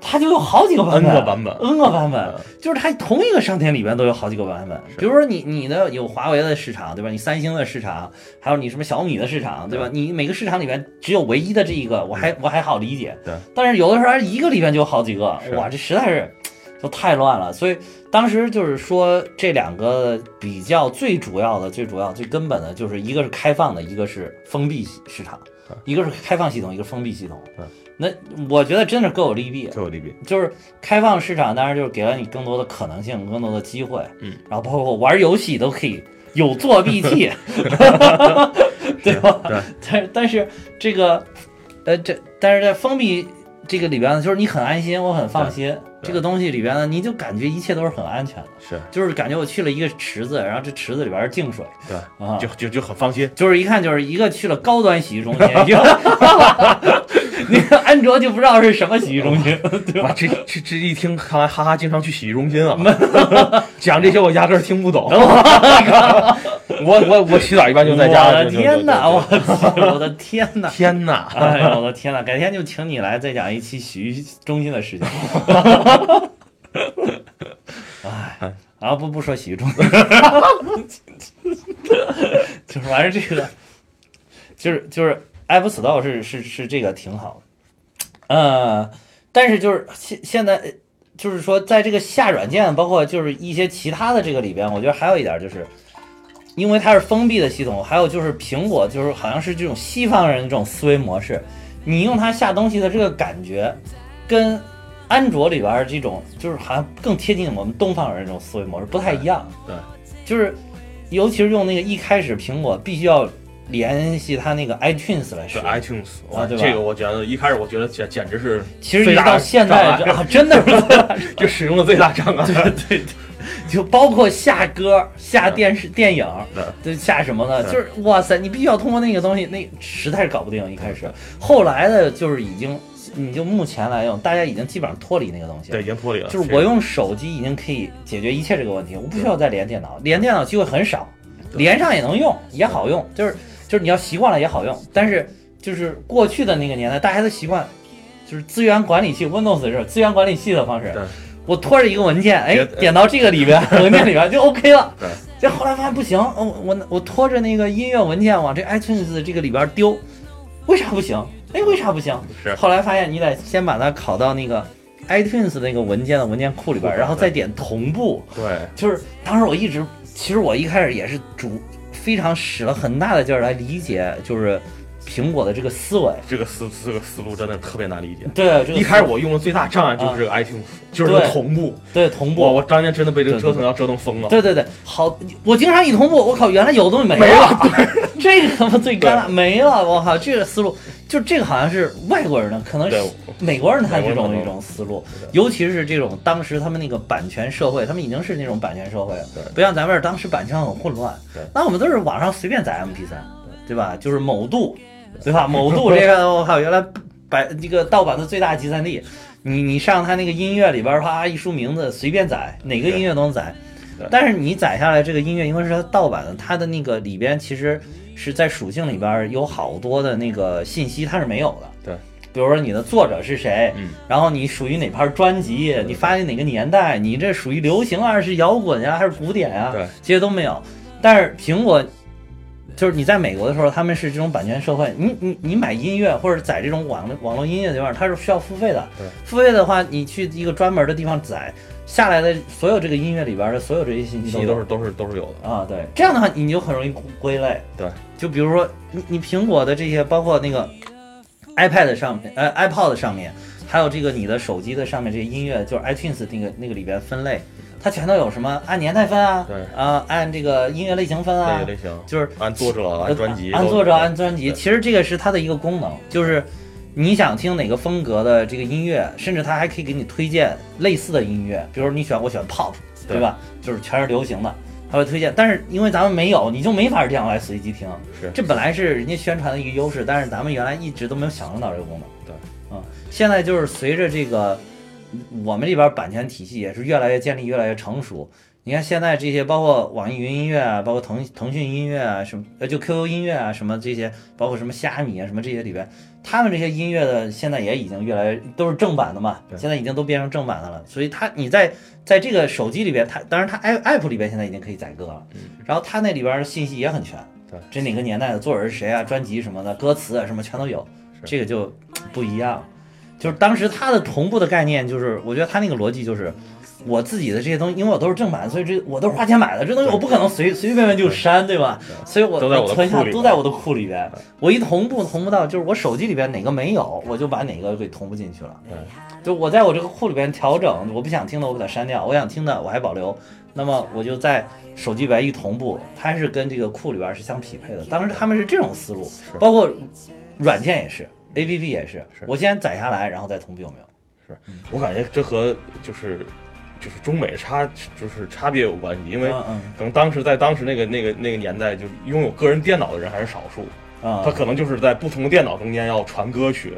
它就有好几个版
n
本，
个版本，
N 个版本
嗯，
就是它同一个商店里边都有好几个版本。
是
比如说你你的有华为的市场，对吧？你三星的市场，还有你什么小米的市场，对吧？你每个市场里边只有唯一的这一个，我还我还好理解。
嗯对。
但是有的时候一个里边就有好几个，
是
哇，这实在是就太乱了。所以当时就是说这两个比较最主要的、最主要、最根本的就是一个是开放的，一个是封闭市场，一个是开放系统，一个是封闭系统
对。
那我觉得真是各有利弊，啊
这有 利弊。
就是开放市场，当然就是给了你更多的可能性，更多的机会。
嗯，
然后包括玩游戏都可以有作必 弃，对
是
吧？
对，
但但是这个，呃，这但是在封闭这个里边呢，就是你很安心，我很放心。
对
这个东西里边呢，你就感觉一切都是很安全的，
是
就是感觉我去了一个池子，然后这池子里边是净水
对，
啊，
就就就很放心。
就是一看就是一个去了高端洗浴 中心，一个 那个安卓就不知道是什么洗浴中心。
哇，这这这一听，看来哈哈经常去洗浴中 心啊，讲这些我压根儿听不懂。 我我我洗澡一般就在家。
哦我的
就就
天哪！哦
就
我的我的天 哪！
天哪！
哎呦我的天哪！改天就请你来再讲一期洗浴中心的事情。哎，啊不不说洗浴中心， 就是完事这个，就是就是 App Store 是是是这个挺好的，呃，但是就是现现在呃就是说在这个下软件，包括就是一些其他的这个里边，我觉得还有一点就是。因为它是封闭的系统，还有就是苹果就是好像是这种西方人的这种思维模式，你用它下东西的这个感觉，跟安卓里边儿这种就是好像更贴近我们东方人这种思维模式不太一样。
对
就是尤其是用那个一开始苹果必须要联系它那个 iTunes 来使
对
用，
iTunes，哇
啊对吧
这个我觉得一开始我觉得简简直是
其实一
最
直
大
到
的
现
障
在
碍
这、啊、真的是
这使用的最大 啊障碍。对对对，
就包括下歌、下电视、电影这
对，
下什么呢？
对
就是哇塞，你必须要通过那个东西，那实在是搞不定。一开始，后来的就是已经，你就目前来用，大家已经基本上脱离那个东西。
已，经脱离了。
就是我用手机已经可以解决一切这个问题，我不需要再连电脑，连电脑机会很少，连上也能用，也好用，就是就是你要习惯了也好用。但是就是过去的那个年代，大家都习惯就是资源管理器 Windows 是资源管理器的方式
对，
我拖着一个文件，哎
别，
点到这个里 边文件里边就 OK 了
对。
这后来发现不行，哦我我我拖着那个音乐文件往这 iTunes 这个里边丢，为啥不行？哎，为啥不行？
是
后来发现你得先把它拷到那个 iTunes 那个文件的文件库里边，
库
然后再点同步。
对
就是当时我一直，其实我一开始也是主非常使了很大的劲儿来理解，就是苹果的这个思维。
这个思这个思路真的特别难理解。
对，这个
一开始我用的最大障碍就是这个 iTunes，就是它
啊对
同步。
对同
我
步，
我当年真的被这个折腾要折腾疯了。
对对对，好，我经常一同步，我靠，原来有的东西没
没了
这个他妈最尴尬，没了，我靠，这个思路，就这个好像是外国人的，可能是
对
美国人他这
美国
种
人
一种思路，尤其是这种当时他们那个版权社会，他们已经是那种版权社会了
对，
不像咱们这儿当时版权很混乱
对，
那我们都是网上随便载 MP 三，对吧？就是某度，对吧？某度这个我靠，原来百这个盗版的最大集散地。你你上他那个音乐里边儿，啪一输名字，随便载哪个音乐都能载
对。
但是你载下来这个音乐，因为是它盗版的，它的那个里边其实是在属性里边儿有好多的那个信息它是没有的。
对，
比如说你的作者是谁，
嗯
然后你属于哪盘专辑，你发行哪个年代，你这属于流行啊，是摇滚呀、还是古典啊？
对，
这些都没有。但是苹果就是你在美国的时候，他们是这种版权社会，你你你买音乐或者载这种网网络音乐的地方，它是需要付费的
对。
付费的话，你去一个专门的地方载下来的所有这个音乐里边的所有这些信息
信息
有
都是都是都是有的。
啊，对，这样的话你就很容易归类。
对，
就比如说你你苹果的这些，包括那个 iPad 上面，呃 iPod 上面，还有这个你的手机的上面这些音乐，就是 iTunes 那个那个里边分类，它全都有什么按年代分啊，
对
啊，按这个音乐类型分
那
啊呃
也，得行，
就是
按作者、按啊专辑都、
按作者、按专辑，
对
其实这个是它的一个功能，就是你想听哪个风格的这个音乐，甚至它还可以给你推荐类似的音乐，比如说你选我选 pop，
对
对吧？就是全是流行的，它会推荐。但是因为咱们没有，你就没法这样来随机听。
是
这本来是人家宣传的一个优势，但是咱们原来一直都没有享受到这个功能。
对，
嗯，现在就是随着这个我们这边版权体系也是越来越建立、越来越成熟。你看现在这些，包括网易云音乐啊，包括腾腾讯音乐啊，什么呃就 QQ 音乐啊，什么这些，包括什么虾米啊，什么这些里边，他们这些音乐的现在也已经越来越都是正版的嘛，
对
现在已经都变成正版的了。所以它你在在这个手机里边，它当然它 app app 里边现在已经可以载歌了，然后它那里边的信息也很全，
嗯对，
这哪个年代的作者是谁啊，专辑什么的，歌词啊什么全都有，
是
这个就不一样了。就是当时它的同步的概念，就是我觉得它那个逻辑就是，我自己的这些东西，因为我都是正版，所以这我都是花钱买的，这东西我不可能随随便便就删，对吧？所以我
都在我的
存
库
下
里
都在我的库里边。我一同步同步到，就是我手机里边哪个没有，我就把哪个给同步进去了。就我在我这个库里边调整，我不想听的我给它删掉，我想听的我还保留。那么我就在手机里边一同步，它是跟这个库里边是相匹配的。当时他们是这种思路，包括软件也是，APP
嗯
也是。我先载下来，然后再同步有没有？
我感觉这和就是就是中美差就是差别有关系，因为
嗯嗯
可能当时在当时那个那个那个年代，就拥有个人电脑的人还是少数，
啊，
他可能就是在不同的电脑中间要传歌曲，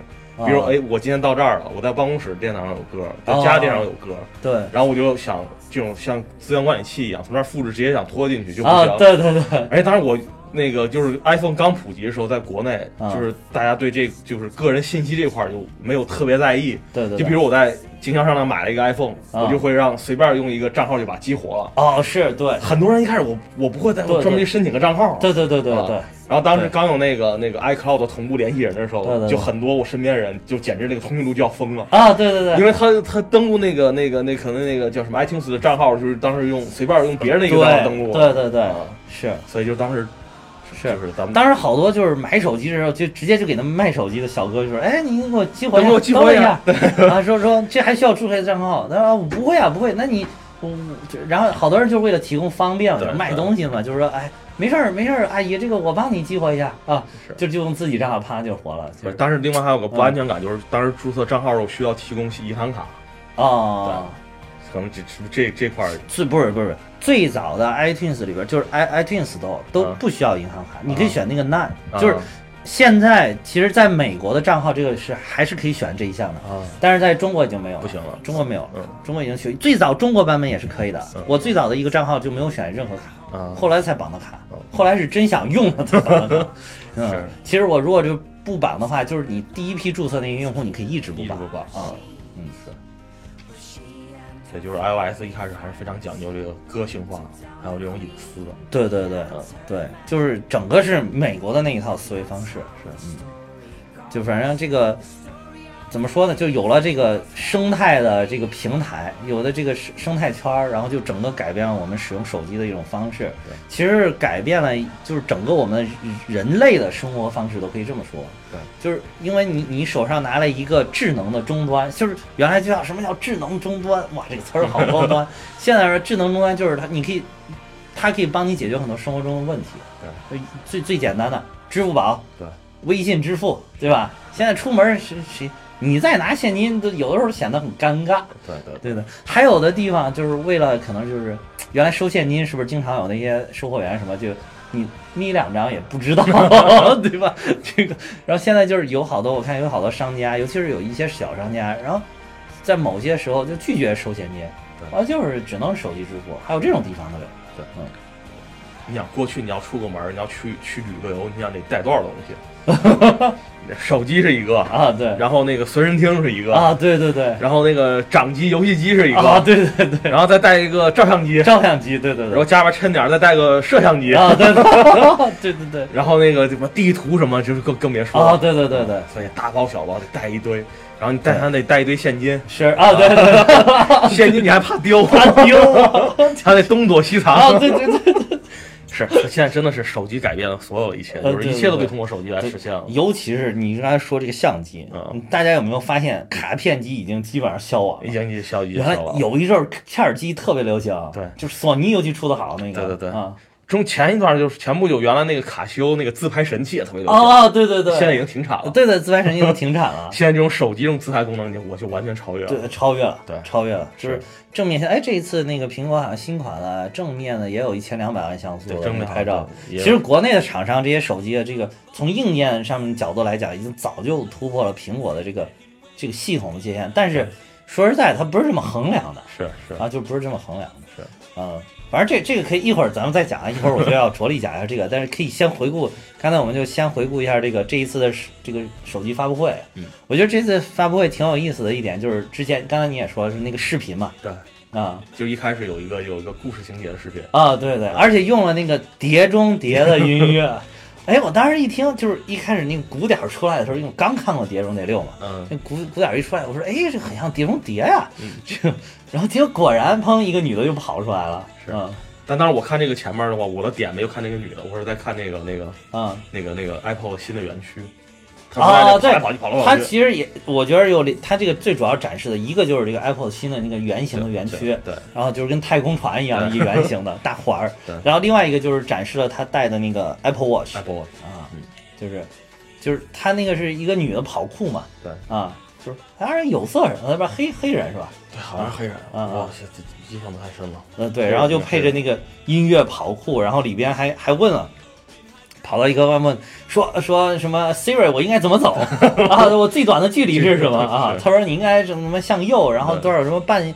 比如
啊
哎，我今天到这儿了，我在办公室电脑上有歌，在家电脑上有歌，
对
然后我就想这种像资源管理器一样，从这儿复制直接想拖进去就不
啊，
行。
对对对，
而且当时我那个就是 iPhone 刚普及的时候，在国内
啊
就是大家对这就是个人信息这块儿就没有特别在意，
对对对
就比如我在经销商那买了一个 iPhone，
啊
我就会让随便用一个账号就把激活了。
哦，是对，
很多人一开始我我不会再
对对
专门去申请个账号，
对对对对对
啊，然后当时
对
刚有那个那个 iCloud 的同步联系人的时
对对
候，
对
就很多我身边人就简直那个通讯录就要疯了。
啊，对对
因
对，
为他他登录那个那个那可能那个叫什么 iTunes 的账号，就是当时用随便用别人的一个账号登录，
对对对对
啊，
是
所以就当时
是
就。是咱们
当时好多就是买手机的时候，就直接就给他们卖手机的小哥就说：“哎，你给我激活一
能
下，
给我激活
登
一
一
下
下。” 啊，说说这还需要注册账号？他说我不会啊，不会。那你，我就然后好多人就是为了提供方便
对
嘛，卖
对
东西嘛，就是说，哎，没事儿没事儿，阿姨，这个我帮你激活一下啊
是，
就就用自己账号啪就活了。
不
就是
当时另外还有个不安全感，就是当时注册账号的时候需要提供银行卡，
哦，
可能这这这块儿
最不是不是最早的 iTunes 里边就是 i iTunes 都都
啊
不需要银行卡，你可以选那个 None，
啊
就是现在其实在美国的账号这个是还是可以选这一项的，
啊
但是在中国已经没有了
不行了
中国没有了
嗯
中国已经学最早中国版本也是可以的
嗯。
我最早的一个账号就没有选任何卡，
啊
后来才绑的卡
嗯，
后来是真想用了才绑 的卡。
是
嗯，其实我如果就不绑的话，就是你第一批注册那些用户，你可以一直不
一直
绑
不绑
啊。
嗯是，所以就是 iOS 一开始还是非常讲究这个个性化，还有这种隐私的。
对对对
嗯
对，就是整个是美国的那一套思维方式，是嗯，就反正这个怎么说呢，就有了这个生态的这个平台，有的这个生生态圈儿，然后就整个改变了我们使用手机的一种方式，其实改变了就是整个我们人类的生活方式都可以这么说，
对，
就是因为你你手上拿了一个智能的终端，就是原来就叫什么叫智能终端，哇，这个词儿好高 端，现在说智能终端就是它，你可以。它可以帮你解决很多生活中的问题。对，最最简单的，支付宝、
对，
微信支付，对吧？现在出门谁谁，你再拿现金，都有的时候显得很尴尬。
对对
对的，还有的地方就是为了可能就是原来收现金是不是经常有那些售货员什么就你眯两张也不知 道，对吧？这个，然后现在就是有好多我看有好多商家，尤其是有一些小商家，然后在某些时候就拒绝收现金，
对
啊，就是只能手机支付，还有这种地方的人。
对
嗯。
你想过去你要出个门儿，你要去去旅个游，你想得带多少东西？ 手机是一个，
啊，对，
然后那个随身听是一个，
啊，对对对，
然后那个掌机、游戏机是一个，
啊，对对对，
然后再带一个照相机，
照相机，对对
然
对
后，加边抻点儿再带个摄像机，
啊， 对对对对对，
然后那个什么地图什么，就是更更别说了。
啊，对对对对，
所以大包小包得带一堆，然后你带还得带一堆现金，
是啊，对 对对，
现金你还怕丢，
啊丢啊
还得东躲西藏。
啊，对对对对，
是，现在真的是手机改变了所有的一切，
呃
就是一
对
切都
对
可以
对
通过手机来实现了。
尤其是你刚才说这个相机，
嗯
大家有没有发现卡片机已经基本上消亡
已
了？
经已经消已经
原来
消亡了。
有一阵儿卡片机特别流行，
对
就是索尼尤其出的好那个，
对对对
啊，
中前一段就是前不久原来那个卡西欧那个自拍神器啊也特别流行，
哦，对对对，
现在已经停产了。
对对，自拍神器已经停产了，
现在这种手机这种自拍功能，已经我就完全超越了。
对，超越了，
对
超越了，就是是正面相。哎，这一次那个苹果好像新款了，正面的也有一千两百万像素
对
了，
正面
那拍照。
也
其
有
实国内的厂商这些手机啊，这个从硬件上面角度来讲，已经早就突破了苹果的这个这个系统的界限，但是说实在，它不是这么衡量的
是是，
啊，就不是这么衡量的，
是，
嗯。反正这这个可以一会儿咱们再讲啊，一会儿我就要着力讲一下这个，但是可以先回顾，刚才我们就先回顾一下这个这一次的手这个手机发布会。
嗯，
我觉得这次发布会挺有意思的一点就是之前刚才你也说是那个视频嘛，
对，
啊
就一开始有一个有一个故事情节的视频，
啊对
嗯
对，而且用了那个碟中谍 的音乐。哎，我当时一听就是一开始那个鼓点儿出来的时候，因为我刚看过《碟中谍六》嘛，
嗯，
那鼓鼓点儿一出来，我说哎，这很像《碟中谍》呀，这个， 然后结果果然，砰，一个女的就跑出来了，
嗯是
嗯
但当时我看这个前面的话，我的点没有看那个女的，我是在看那个那个
嗯，
那个那个 Apple 新的园区，
哦
在
对
跑来跑去跑来跑
它
去，
其实也，我觉得有两它这个最主要展示的一个就是这个 Apple 新的那个圆形的园区，
对对，
然后就是跟太空船一样一圆形的大环儿
对，
然后另外一个就是展示了他戴的那个 Apple Watch
Apple Watch
啊
嗯，
就是就是他那个是一个女的跑酷嘛，
对
啊，就是当然有色人，呃不是黑黑人是吧？
对，好像是黑人，
啊
哇，这这印象不太深了。
呃对，然后就配着那个音乐跑酷，然后里边还还问了。跑到一个外问说说什么 Siri，我应该怎么走 啊？我最短的距离是什么啊
是？
他说你应该什么向右，然后
对
多少什么半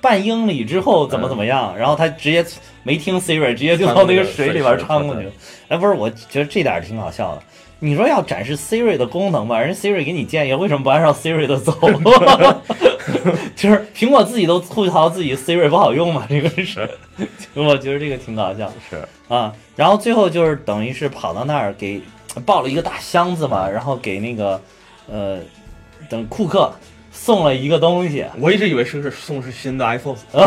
半英里之后怎么怎么样？然后他直接没听 Siri，直接就到那个水里边嗯穿过去了。哎，不是，我觉得这点儿挺好笑的。你说要展示 Siri 的功能吧，人家 Siri 给你建议，为什么不按照 Siri 的走？ 就是苹果自己都吐槽自己 Siri 不好用嘛，这个是，我觉得这个挺搞笑
是
啊。然后最后就是等于是跑到那儿给抱了一个大箱子嘛，然后给那个呃等库克送了一个东西，
我一直以为是是送是新的 iPhone，
嗯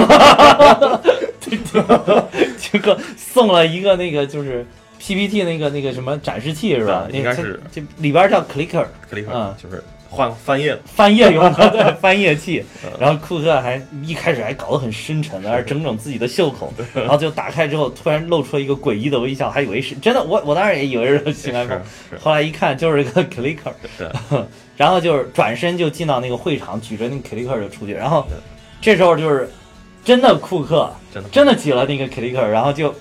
结果送了一个那个就是 PPT 那个那个什么展示器是吧？
对
那
啊
个
应该是
这里边叫 clicker
克里克
嗯
就是换翻页了，
翻页用的 对翻页器
嗯，
然后库克还一开始还搞得很深沉，在那儿整整自己的袖口，然后就打开之后突然露出了一个诡异的微笑，还以为是真的，我我当时也以为是新 iPhone，
是是
后来一看就是 个 clicker，
对，
然后就是转身就进到那个会场，举着那个 clicker 就出去，然后
对
这时候就是真的库克
真的
真的举了那个 clicker，然后就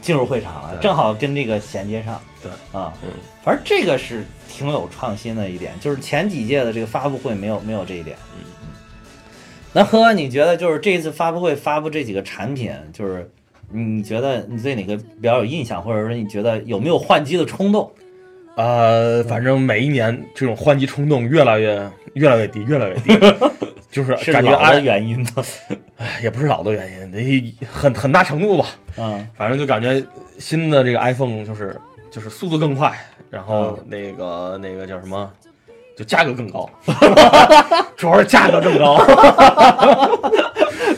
进入会场了，
对
正好跟这个衔接上。
对
啊，
嗯
反正这个是挺有创新的一点，就是前几届的这个发布会没有没有这一点。嗯那呵呵，你觉得就是这一次发布会发布这几个产品，就是你觉得你对哪个比较有印象，或者说你觉得有没有换机的冲动？
呃，反正每一年这种换机冲动越来越越来越低，越来越低，就是
是
感觉
老的
哎
原因吗？
也不是老的原因，那很很大程度吧，
嗯
反正就感觉新的这个 iPhone 就是就是速度更快，然后
嗯
那个、那个叫什么，就价格更高， 主要是价格更高，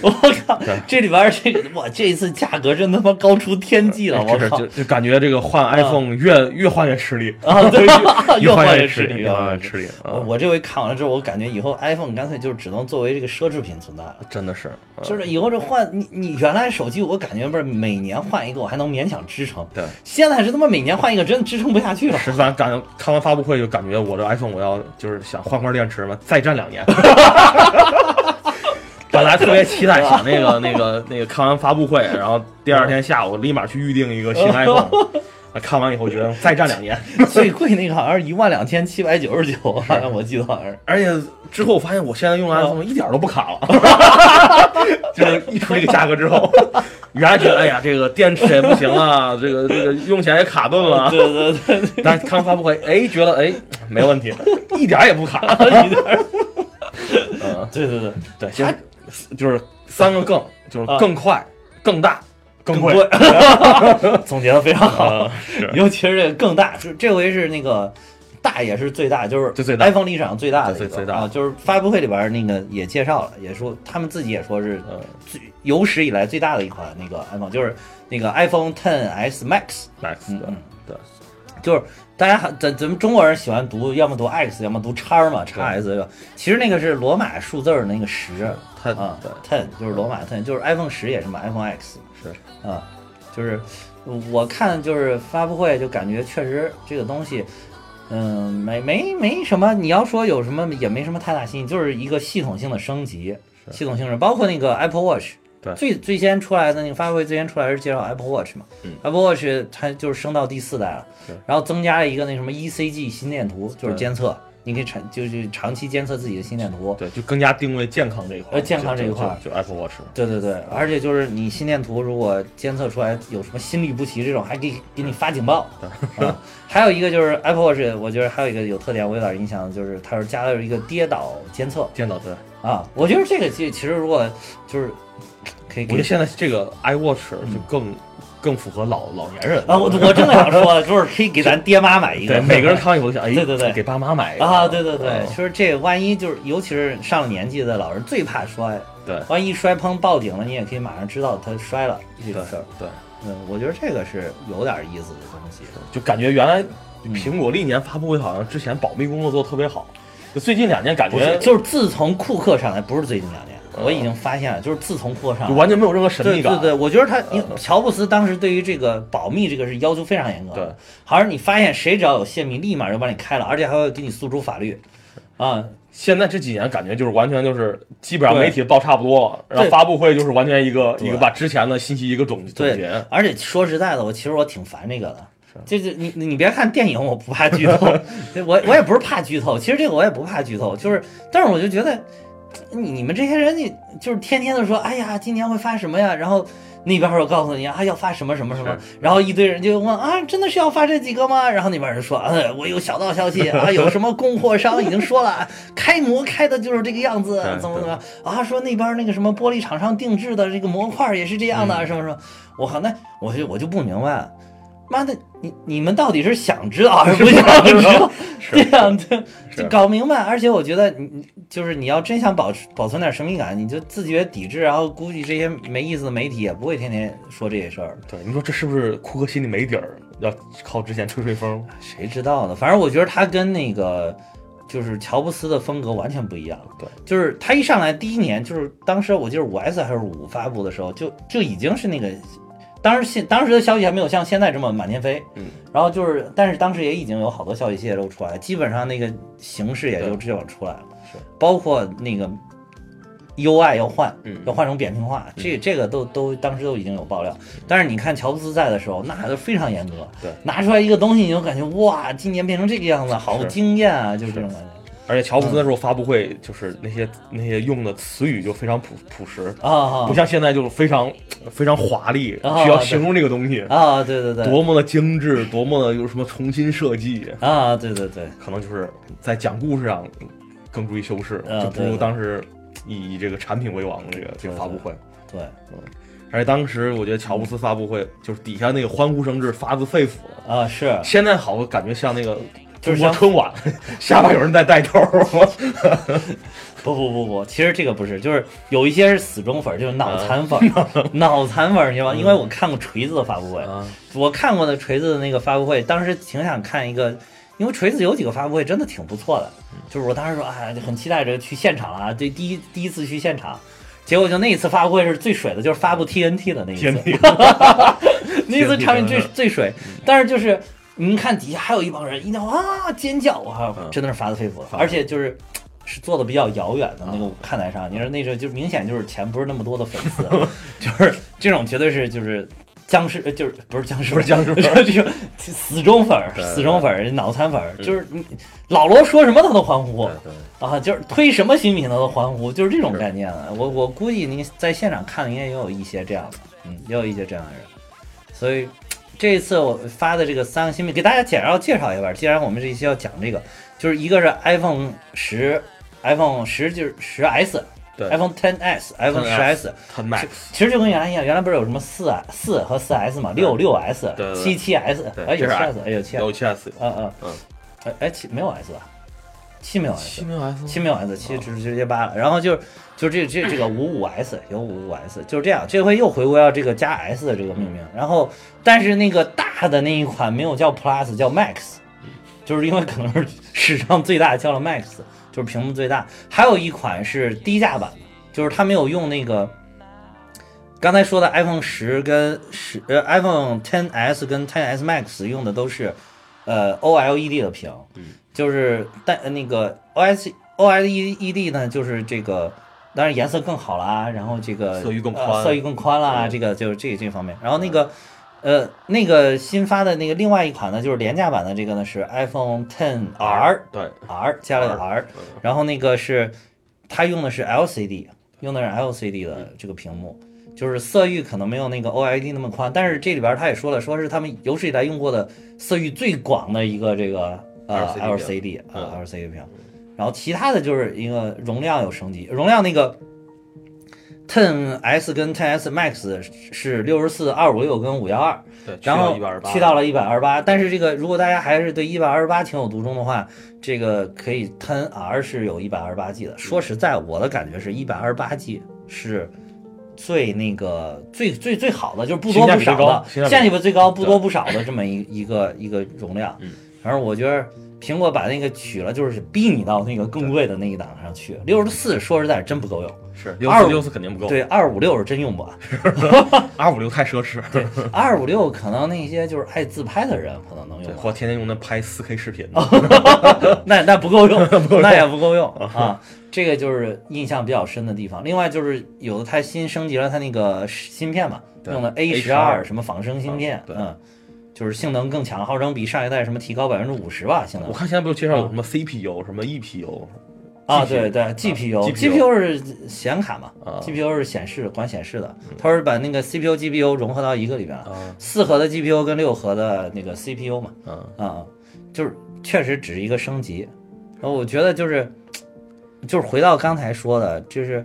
我靠
对，
这里边儿这个哇，这一次价格真他妈高出天际了！我
是
靠
就就感觉这个换 iPhone 越、越换越吃力，
啊，对，
越
又换
越
越吃
吃力，
力嗯
越换
了
越。吃力
我
啊！
我这回看完了之后，我感觉以后 iPhone 干脆就只能作为这个奢侈品存在了。
真的是，啊
就是以后这换你你原来手机，我感觉不是每年换一个我还能勉强支撑，
对，
现在是他妈每年换一个真的支撑不下去 了。
十三感看完发布会就感觉我这 iPhone 我要就是想换块电池嘛，再战两年。 本来特别期待想那个那个那个看完发布会，然后第二天下午立马去预定一 个新 iPhone。看完以后觉得再战两年，
最贵那个好像是一万两千七百九十九，好像我记得好像是。
而且之后我发现我现在
嗯
用的 iPhone 一点都不卡了， 就是一出这个价格之后，原来觉得哎呀这个电池也不行啊，这个这个用起来也卡顿了啊，
对对对对，
但是看完发布会哎觉得哎没问题，一点儿也不卡，
一点儿
嗯。
对对对，
对，就是就是三个更，就是更快、更大、更贵。
啊贵，总结的非常好。
啊，是
尤其是这个更大，就这回是那个大也是最大，就是
这最大
iPhone 历史上最大的一个
最最大
啊，就是发布会里边那个也介绍了，也说他们自己也说是
呃，
最有史以来最大的一款那个 iPhone，就是那个 iPhone 10s Max，
Max
嗯
的
嗯，
对，
就是大家还咱咱们中国人喜欢读，要么读 X，要么读叉嘛，x S 吧？其实那个是罗马数字儿那个十
它
啊
对
，ten 就是罗马 ten，就是 iPhone 十也是嘛，iPhone X
是
啊，就是我看就是发布会就感觉确实这个东西。嗯，没没没什么，你要说有什么也没什么太大新意，就是一个系统性的升级，
是
系统性的，包括那个 Apple Watch，
对
最最先出来的那个发布会最先出来是介绍 Apple Watch 嘛、
嗯
a p p l e Watch 它就是升到第四代了
对，
然后增加了一个那什么 E ECG 心电图，就是
对
监测，你可以长就是长期监测自己的心电图，
对，就更加定位健康这一块儿，
呃健康这一
就就
块儿
就就 Apple Watch，
对对
嗯
对，而且就是你心电图如果监测出来有什么心律不齐这种，还可以给你发警报。
嗯
啊，还有一个就是 Apple Watch，我觉得还有一个有特点，我有点印象，就是它是加了一个跌倒监测
见到对，
啊。我觉得这个其其实如果就是可以给
我觉得现在这个 iWatch 就更更符合老老年人
嗯啊，我我正想说，就是可以给咱爹妈买一个，
对每个人看完以后都想，哎，
对对对
给爸妈买一 个
啊，对对对，
嗯
其实这万一就是，尤其是上了年纪的老人最怕摔，
对
万一摔碰报警了，你也可以马上知道他摔了这
对
个事儿。
对，
嗯，我觉得这个是有点意思的东西。
就感觉原来
嗯
苹果历年发布会好像之前保密工作做得特别好，就最近两年感
不是，
觉
就是自从库克上来，不是最近两年，
嗯
我已经发现了，就是自从库克上
就
来。
完全没有任何神秘
对
感，
对对，我觉得他，因
嗯
乔布斯当时对于这个保密这个是要求非常严格的，
对
好像你发现谁只要有泄密，立马就把你开了，而且还会给你诉诸法律，啊，
现在这几年感觉就是完全就是基本上
对
媒体报差不多了，然后
对
发布会就是完全一个
对
一个把之前的信息一个总总
对
结，，
而且说实在的，我其实我挺烦这个的。就是你你你别看电影，我不怕剧 透，我我也不是怕剧透，其实这个我也不怕剧透，就是，但是我就觉得，你你们这些人，你就是天天的说，哎呀，今年会发什么呀？然后那边又告诉你啊，要发什么什么什么，然后一堆人就问啊，真的是要发这几个吗？然后那边人说，哎，我有小道消息啊，有什么供货商已经说了， 开模开的就是这个样子，
对
怎么
对
怎么啊？说那边那个什么玻璃厂商定制的这个模块也是这样
嗯
的，什么什么，我靠，那我就我就不明白了。妈的，你你们到底是想知道还是不想知道？
是
对呀、对，啊
是
就搞明白。而且我觉得你，你就是你要真想保持保存点神秘感，你就自觉抵制，然后估计这些没意思的媒体也不会天天说这些事儿，
对，你说这是不是库克心里没底儿，要靠之前吹吹风？
谁知道呢？反正我觉得他跟那个就是乔布斯的风格完全不一样。
对，
就是他一上来第一年，就是当时我记得五 S 还是五发布的时候，就就已经是那个。当时现当时的消息还没有像现在这么满天飞，
嗯，
然后就是，但是当时也已经有好多消息泄露出来，基本上那个形式也就这样出来了，
是，
包括那个 UI 要换，
嗯
要换成扁平化，这这个都都当时都已经有爆料，但是你看乔布斯在的时候，那都非常严格，
对
拿出来一个东西你就感觉哇，今年变成这个样子，好
是
惊艳啊，就是这种感觉
而且乔布斯那时候发布会就是那些那些用的词语就非常朴朴实，
啊
不像现在就是非常非常华丽，
啊
需要形容这个东西
啊，对对对，
多么的精致，多么的有什么重新设计，
啊，对对对，
可能就是在讲故事上更注意修饰，
啊
就不
对
如
的
当时以以这个产品为王的这个这个发布会。
对，
而且当时我觉得乔布斯发布会就是底下那个欢呼声是发自肺腑的，
啊是，
现在好像感觉像那个
就是
中国
像
春晚， 下边有人在带头儿，
不不不不，其实这个不是，就是有一些是死忠粉儿，就是脑残粉儿，
嗯
脑残粉儿，你知道吗？因为我看过锤子的发布会，
啊
我看过的锤子的那个发布会，当时挺想看一个，因为锤子有几个发布会真的挺不错的，就是我当时说哎，就很期待着去现场啊，这第一第一次去现场。结果就那一次发布会是最水的，就是发布 TNT 的那一次
天，地
那一次产品最
天地
最水。
嗯
但是就是您看底下还有一帮人，一定要啊尖叫啊
嗯，
真的是发自肺腑，
发
而且就是是坐的比较遥远的那
嗯
个看台上，你说那时候就明显就是钱不是那么多的粉 丝，就是这种绝对是就是僵尸，呃就是不是僵尸，
不是僵尸
就是这种死忠粉儿、
对嗯
死忠粉儿、脑残粉儿，就是你老罗说什么他都欢呼
对
啊，就是推什么新品他都欢呼，就是这种
是
概念啊。我我估计您在现场看，应该也有一些这样的，嗯，也有一些这样的人，所以。这一次我发的这个三个新品，给大家简要介绍一下吧。既然我们这一期要讲这个，就是一个是 iPhone 十，iPhone 十就是十 S，
对
iPhone Ten S，iPhone 十 S，
他 Max
其实就跟原来一样，原来不是有什么四四和四 S 嘛，六六 S
对、对对
七七 S，
对
哎有七
这是啊
S，哎有七，
有 7S
嗯嗯
嗯，
哎哎七没有 S 吧？七没有 S，
七没有 S，
七没有 S，七直直接八了。然后就是就是这这这个五五 S 有五五 S，就是这样。这回又回归到这个加 S 的这个命名。然后但是那个大的那一款没有叫 Plus，叫 Max，就是因为可能是史上最大叫了 Max，就是屏幕最大。还有一款是低价版的，就是它没有用那个。刚才说的 iPhone 十跟十呃 iPhone 10s 跟 10s Max 用的都是呃 OLED 的屏，
嗯
就是但呃那个 OS OLED E 呢，就是这个，当然颜色更好啦，然后这个
色域更
呃
宽
色域更宽啦，
嗯
这个就是这这方面。然后那个呃那个新发的那个另外一款呢，就是廉价版的这个呢是 iPhone 10R
对，
R 加了个 R，然嗯后那个是它用的是 LCD，用的是 LCD 的这个屏幕，就是色域可能没有那个 OLED 那么宽，但是这里边他也说了，说是他们有史以来用过的色域最广的一个这个呃
LCD
LCD 啊
嗯
LCD 屏，然后其他的就是一个容量有升级，容量那个。Ten S 跟 Ten S Max 是六十四、二五六跟五幺二，
对，去
然后
到一百二十八，
去到了一百二十八。但是这个如果大家还是对一百二十八情有独钟的话，这个可以 Ten R 是有一百二十八 G 的。说实在，我的感觉是一百二十八 G 是。最那个最最最好的就是不多不少的，
性价比最高性价比
价比最高不多不少的这么一一个一个容量，
嗯
反正我觉得苹果把那个取了，就是逼你到那个更贵的那一档上去。六十四说实在真不够用，
是六
二
四六四肯定不够，
对，二五六是真用不完。
二五六太奢侈，
对，二五六可能那些就是爱自拍的人可能能用
对，
吧，
或天天用那拍四 K 视频
哦
的，
那那不够用， 那也不够用啊。这个就是印象比较深的地方。另外就是有的它新升级了它那个芯片嘛，
对
用的 A 十二
A12
什么仿生芯片
啊，对
嗯，就是性能更强，号称比上一代什么提高百分之五十吧，性能
我看现在不是介绍有什么 CPU 什么 E EPU
啊，
GPU
对对
啊
，GPU
GPU
GPU 是显卡嘛
啊嗯
，GPU 是显示管显示的，它是把那个 CPU GPU 融合到一个里边了，
啊，
四核的 GPU 跟六核的那个 CPU 嘛。
嗯，
啊，就是确实只是一个升级。然后我觉得就是，就是回到刚才说的，就是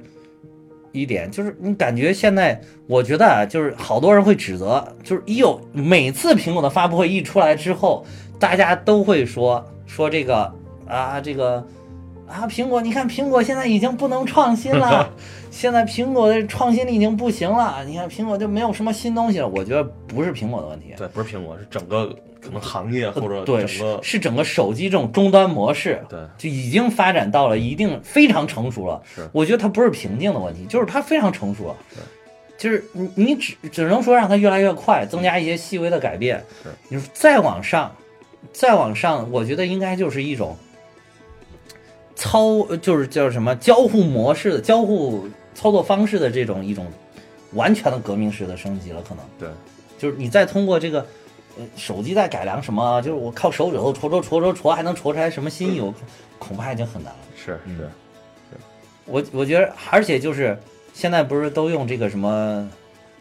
一点，就是你感觉现在，我觉得啊，就是好多人会指责，就是一有每次苹果的发布会一出来之后，大家都会说说这个啊，这个啊，苹果，你看苹果现在已经不能创新了，现在苹果的创新力已经不行了，你看苹果就没有什么新东西了。我觉得不是苹果的问题，
对，不是苹果，是整个可能行业或者
呃对，
整
是
个
是整个手机这种终端模式，
对
就已经发展到了一定非常成熟了。
是
我觉得它不是瓶颈的问题，就是它非常成熟了。就是你你只只能说让它越来越快，增加一些细微的改变。
是
你说再往上，再往上，我觉得应该就是一种操，就是叫什么交互模式的交互操作方式的这种一种完全的革命式的升级了，可能。
对，
就是你再通过这个，呃，手机再改良什么，就是我靠手指头戳戳戳戳戳，还能戳出来什么新意，我恐怕已经很难了。
是是，
我我觉得，而且就是现在不是都用这个什么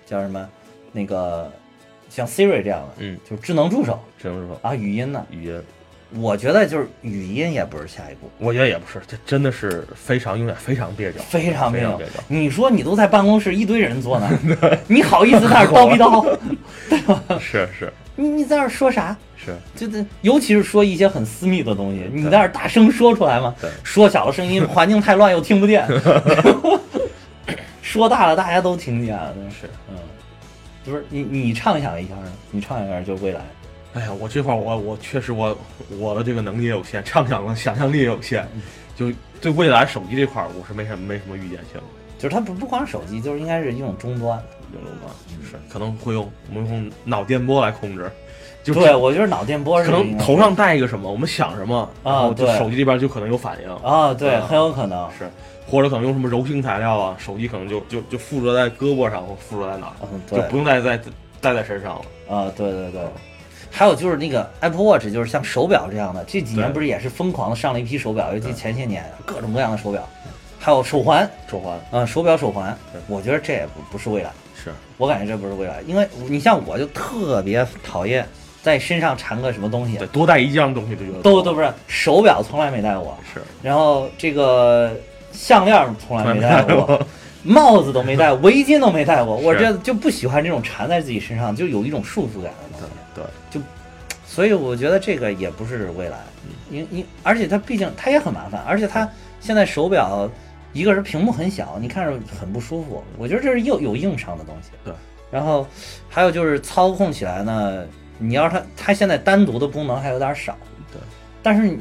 叫什么那个像 Siri 这样的，
嗯，
就是智能助手
只能说
啊，语音呢，
语音，
我觉得就是语音也不是下一步，
我觉得也不是，这真的是非常永远非常蹩脚，
非常没
非
有
常蹩脚。
你说你都在办公室一堆人坐那 儿，你好意思在那儿叨逼叨？
是是
你你在那儿说啥？
是，
就这，尤其是说一些很私密的东西，你在那儿大声说出来嘛
对，
说小了声音，环境太乱又听不 见，说大了大家都听见了，真是，嗯，就是你你畅想一下呢，你畅想一下就是未来，
哎呀，我这块儿我我确实我我的这个能力也有限，畅想的想象力也有限，
嗯
就对未来手机这块儿我是没什么没什么预见性的。
就是它不不光是手机，就是应该是一种终端。
有了吧？
嗯
是可能会用我们用脑电波来控制，就
对，我觉得脑电波
可
是一
能
个
头上戴一个什么，我们想什么，然后就
对
手机这边就可能有反应，
啊，对，
啊
很有可能，
是或者可能用什么柔性材料啊，手机可能就就就附着在胳膊上或附着在哪儿，
嗯，
就
对，
不用再再戴在身上了。
啊，对对对。还有就是那个 Apple Watch，就是像手表这样的，这几年
对
不是也是疯狂的上了一批手表，尤其前些年各种各样的手表，还有手环，
手环
嗯，手表手环
对，
我觉得这也不不是未来，
是
我感觉这不是未来，因为你像我就特别讨厌在身上缠个什么东西啊
对，多带一样东西就觉得
都
多
都不是手表从来没戴过，
是
然后这个项链儿从来没戴 过，帽子都没戴，围巾都没戴过，我
是
这就不喜欢这种缠在自己身上就有一种束缚感的东西，
对。
就所以我觉得这个也不是未来，因因而且它毕竟它也很麻烦，而且它现在手表一个是屏幕很小，你看着很不舒服，我觉得这是又有硬伤的东西。
对，
然后还有就是操控起来呢，你要是它它现在单独的功能还有点少，
对，
但是你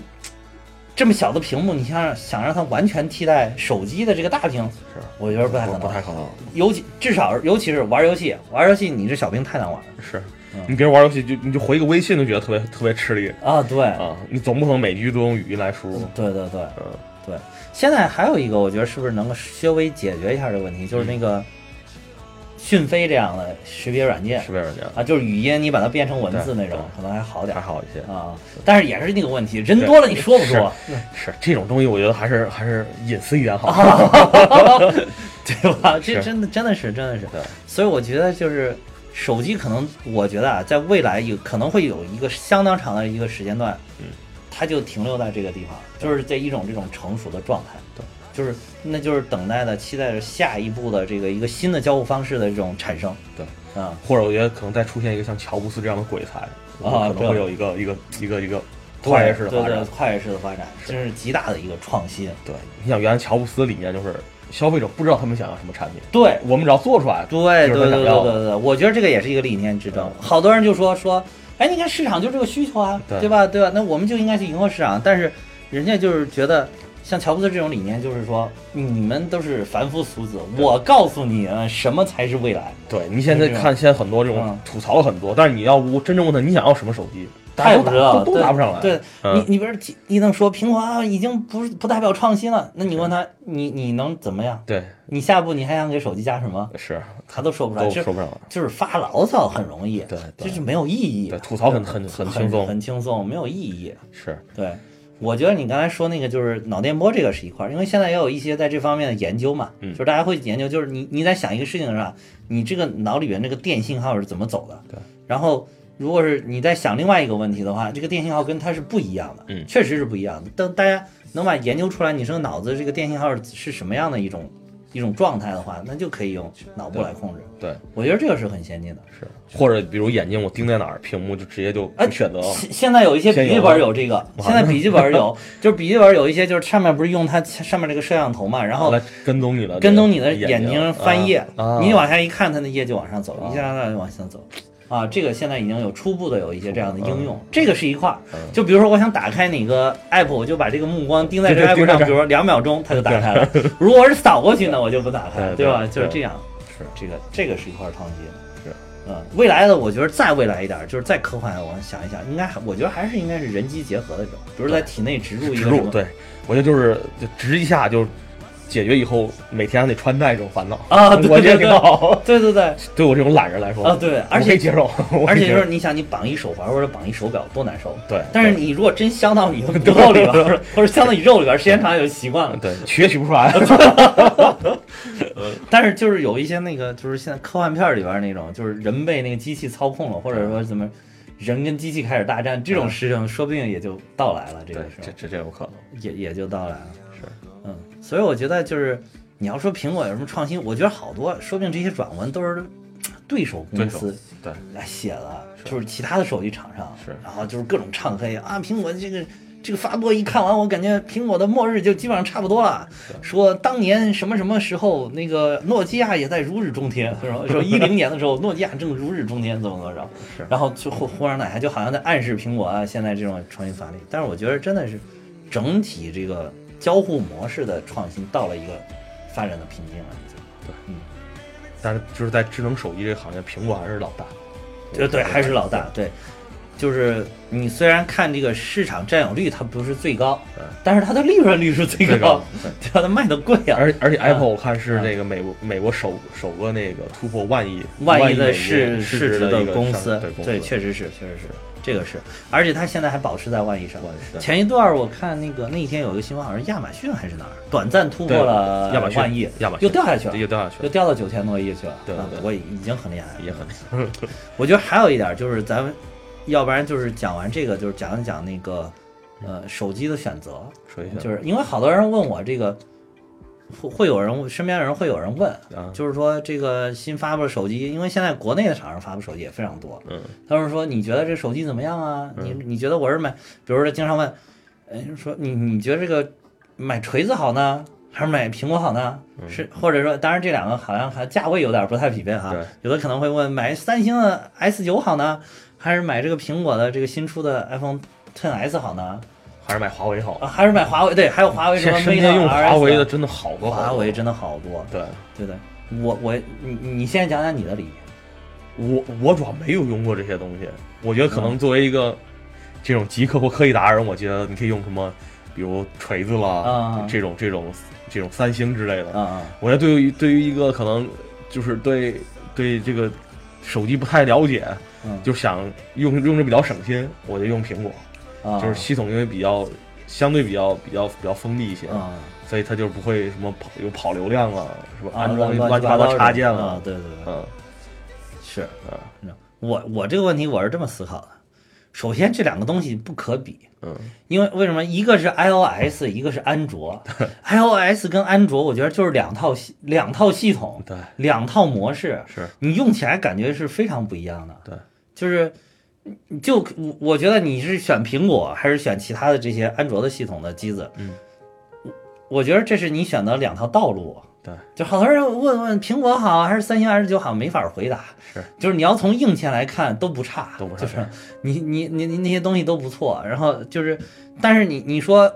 这么小的屏幕，你想想让它完全替代手机的这个大屏，
是
我觉得不太可
不
能，
不太可能。
尤其至少尤其是玩游戏，玩游戏你这小屏太难玩了
是
嗯
你别人玩游戏就你就回个微信都觉得特别特别吃力
啊，对。
啊！你总不能每句都用语音来输入。
对对对
嗯，
对。现在还有一个，我觉得是不是能够稍微解决一下这个问题，就是
嗯
那个讯飞这样的识别软件
识别软件
啊，就是语音你把它变成文字
对
那种
对，
可能还好点
还
儿
好一些。
啊。但是也是那个问题，人多了你说不说，
是这种东西，我觉得还是还是隐私一点好。
对吧？啊这
是
真的真的是真的是
对。
所以我觉得就是手机可能，我觉得啊，在未来有可能会有一个相当长的一个时间段，
嗯，
它就停留在这个地方，就是这一种这种成熟的状态，
对，
就是那就是等待的，期待着下一步的这个一个新的交互方式的这种产生，
对，
啊，
或者我觉得可能再出现一个像乔布斯这样的鬼才，
啊
可能会
对
有一个一个一个一个跨越式的发
对对
展
对。跨越式的发展，
是
这是极大的一个创新，
对，你想原来乔布斯的理念就是消费者不知道他们想要什么产品，
对，
我们只要做出来，
对对
就是他
对
想
对
要
对
的。
对，我觉得这个也是一个理念之争
嗯。
好多人就说说，哎，你看市场就这个需求啊，
对
对吧？对吧？那我们就应该去迎合市场，但是人家就是觉得。像乔布斯这种理念，就是说嗯你们都是凡夫俗子，我告诉你们什么才是未来，
对你现在
是这样
看，现在很多这种
嗯
吐槽了很多，但是你要我真正问他你想要什么手机，
他
大
也
家
不
都
知
答
道，
都都
对
答不上来。
对
嗯
你，你不是提一能说平滑已经不是不代表创新了？那你问他，你你能怎么样？
对，
你下一步你还想给手机加什么？
是
他都说不出来，
都
就
说不上来。
就是发牢骚很容易，
对对
就是没有意义
对，。吐槽很很很轻松，
很轻松，没有意义。
是
对，我觉得你刚才说那个就是脑电波这个是一块儿，因为现在也有一些在这方面的研究嘛，
嗯
就是大家会研究，就是你你在想一个事情上，你这个脑里边这个电信号是怎么走的，
对，
然后。如果是你在想另外一个问题的话，这个电信号跟它是不一样的，
嗯
确实是不一样的。但大家能把研究出来，你这个脑子这个电信号是什么样的一种一种状态的话，那就可以用脑部来控制。
对
我觉得这个是很先进的。
是，或者比如眼睛我盯在哪儿，屏幕就直接就
哎
就选择了。
现现在有一些笔记本有这 个，现在笔记本有， 就是笔记本有一些，就是上面不是用它上面这个摄像头嘛，然后
来跟踪你的这个
跟踪你的
眼
眼睛翻页
啊，，
你往下一看，它的页就往上走，
啊
一下下就往下走。啊，这个现在已经有初步的有一些这样的应用，这个是一块儿
啊嗯。
就比如说，我想打开哪个 app，我就把这个目光盯在这个
就盯
app
着
上，比
这儿
如说两秒钟，它就打开了。如果是扫过去呢，我就不打开，
对对
吧？
对
就是这样，
是
这个这个是一块儿创新。
是，
嗯，未来的我觉得再未来一点儿，就是再科幻，我想一想，应该还我觉得还是应该是人机结合的这种，比如在体内植入一
植
个什
入，
么
对我觉得就是就直一下就解决以后每天还得穿戴这种烦恼
啊对
我觉得
对
挺好。
对对对，
对我这种懒人来说
啊对，而
我可以
且
接受，我可
而
以
且
接
就
受
是你想，你绑一手环或者绑一手表多难受。
对，
但是你如果真镶到你的骨头里边儿，或者或者镶到你肉里边儿，时间长了就习惯了。
对取也取不出来，
但是就是有一些那个，就是现在科幻片儿里边儿那种，就是人被那个机器操控了，或者说怎么人跟机器开始大战这种事情，说不定也就到来了。这
对
个时
这
候
这这有可能
也也就到来了。
是
嗯，所以我觉得就是你要说苹果有什么创新，我觉得好多，说不定这些软文都是对手公
对
司
嗯对
来写的，就是其他的手机厂商，
是
然后就是各种唱黑啊，苹果这个。这个发布一看完，我感觉苹果的末日就基本上差不多了。说当年什么什么时候，那个诺基亚也在如日中天，是吧？说一零年的时候，诺基亚正如日中天，怎么怎么着
是？
然后就忽忽然奶下，就好像在暗示苹果啊，现在这种创新乏力。但是我觉得真的是整体这个交互模式的创新到了一个发展的瓶颈啊了，已经。
但是就是在智能手机这个行业，苹果还是老大，
对对，还是老大，对，就是你虽然看这个市场占有率它不是最高
对，
但是它的利润率是最
嗯最
高
高，嗯
对吧？它卖的贵啊，
而而且 Apple 我看是
嗯
那个美国美国首首个那个突破万亿
万
亿
的
美
市
元
市
值的一个
公
上
司
对，公司
对，确实是，确实是，这个是，而且它现在还保持在万亿上。
万亿对
前一段儿我看那个那一天有一个新闻，好像是亚马逊还是哪儿，短暂突破
对
了
亚马逊
呃万亿，
亚马逊
又掉下去了，
又掉下去
又
了，
掉到九千多亿去了。
对
啊
对
不过已经很厉害了。
也很厉害
我觉得还有一点就是咱们，要不然就是讲完这个，就是讲一讲那个，呃，手机的选择，
说一下
就是因为好多人问我这个会会有人身边有人会有人问，
啊，
就是说这个新发布的手机，因为现在国内的厂商发布手机也非常多，
嗯，
他们说你觉得这手机怎么样啊？你你觉得我是买，比如说经常问，哎，说你你觉得这个买锤子好呢，还是买苹果好呢？
嗯
是或者说，当然这两个好像还价位有点不太匹配哈
对。
有的可能会问买三星的 S 九好呢，还是买这个苹果的这个新出的 iPhone Ten S 好呢？
还是买华为好。
啊，还是买华为？对，还有华为什
现
么
在身
Mate
边用
RS
华为的，真的好多，
啊华为真的好多。
对
对对，我我你你现在讲讲你的理解。
我我主要没有用过这些东西，我觉得
嗯
可能作为一个这种极客或科技达人，我觉得你可以用什么，比如锤子啦
啊，
这种这种这种三星之类的。
啊
我觉得对于对于一个可能就是对对这个手机不太了解，
嗯
就想用用着比较省心，我就用苹果，
啊，
就是系统因为比较相对比较比较比较封闭一些，
啊，
所以它就不会什么跑有跑流量啊，什么
啊
安装
乱
乱七八糟插件
啊
了，，
对对对，
嗯
是
嗯
我我这个问题我是这么思考的，首先这两个东西不可比。
嗯
因为为什么一个是 iOS，一个是安卓？iOS 跟安卓，我觉得就是两套系两套系统，
对
两套模式，
是
你用起来感觉是非常不一样的。
对，
就是嗯就我我觉得你是选苹果还是选其他的这些安卓的系统的机子，
嗯，
我我觉得这是你选择两条道路。
对，
就好多人问问苹果好还是三星 S 九好，没法回答。
是，
就是你要从硬件来看都不差，
都不差
就是你你你你那些东西都不错，然后就是，但是你你说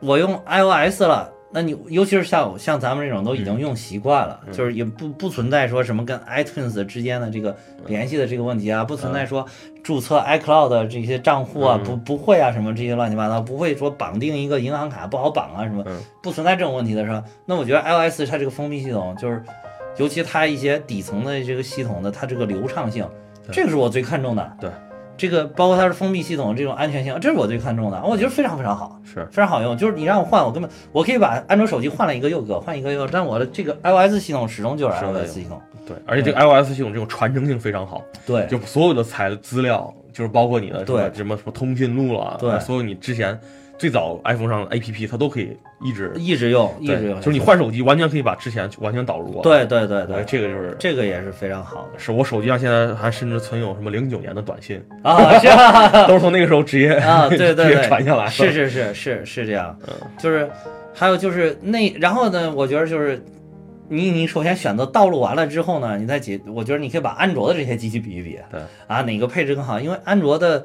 我用 iOS 了。那你尤其是像像咱们这种都已经
嗯
用习惯了，就是也不不存在说什么跟 iTunes 之间的这个
嗯
联系的这个问题啊，不存在说注册 iCloud 的这些账户
嗯
啊、不不会啊什么这些乱七八糟，不会说绑定一个银行卡不好绑啊什么，
嗯
不存在这种问题的时候，那我觉得 iOS 它这个封闭系统就是，尤其它一些底层的这个系统的它这个流畅性，这个是我最看重的。
对，
这个包括它是封闭系统这种安全性，这是我最看重的，我觉得非常非常好。
是
非常好用，就是你让我换，我根本我可以把安卓手机换了一个又给我换一个又，但我的这个 iOS 系统始终就是
始终在
iOS
用
系统。
对，而且这个 iOS 系统这种传承性非常好，
对，
就所有的材资料，就是包括你的什么
对
什么什么通讯录了，
对
所有你之前最早 iPhone 上的 APP，它都可以一直
一直用，一
对
直用，
就是你换手机完全可以把之前完全导入过来。
对对对
哎
对，
这个就是
这个也是非常好
是我手机上现在还甚至存有什么零九年的短 信，
的啊，是吧？
都是从那个时候直接
啊，对对
直接
对，
传下来了。
是是是是是这样，
嗯
就是还有就是那，然后呢，我觉得就是你你首先选择道路完了之后呢，你再解，我觉得你可以把安卓的这些机器比一比，
对
啊，哪个配置更好？因为安卓的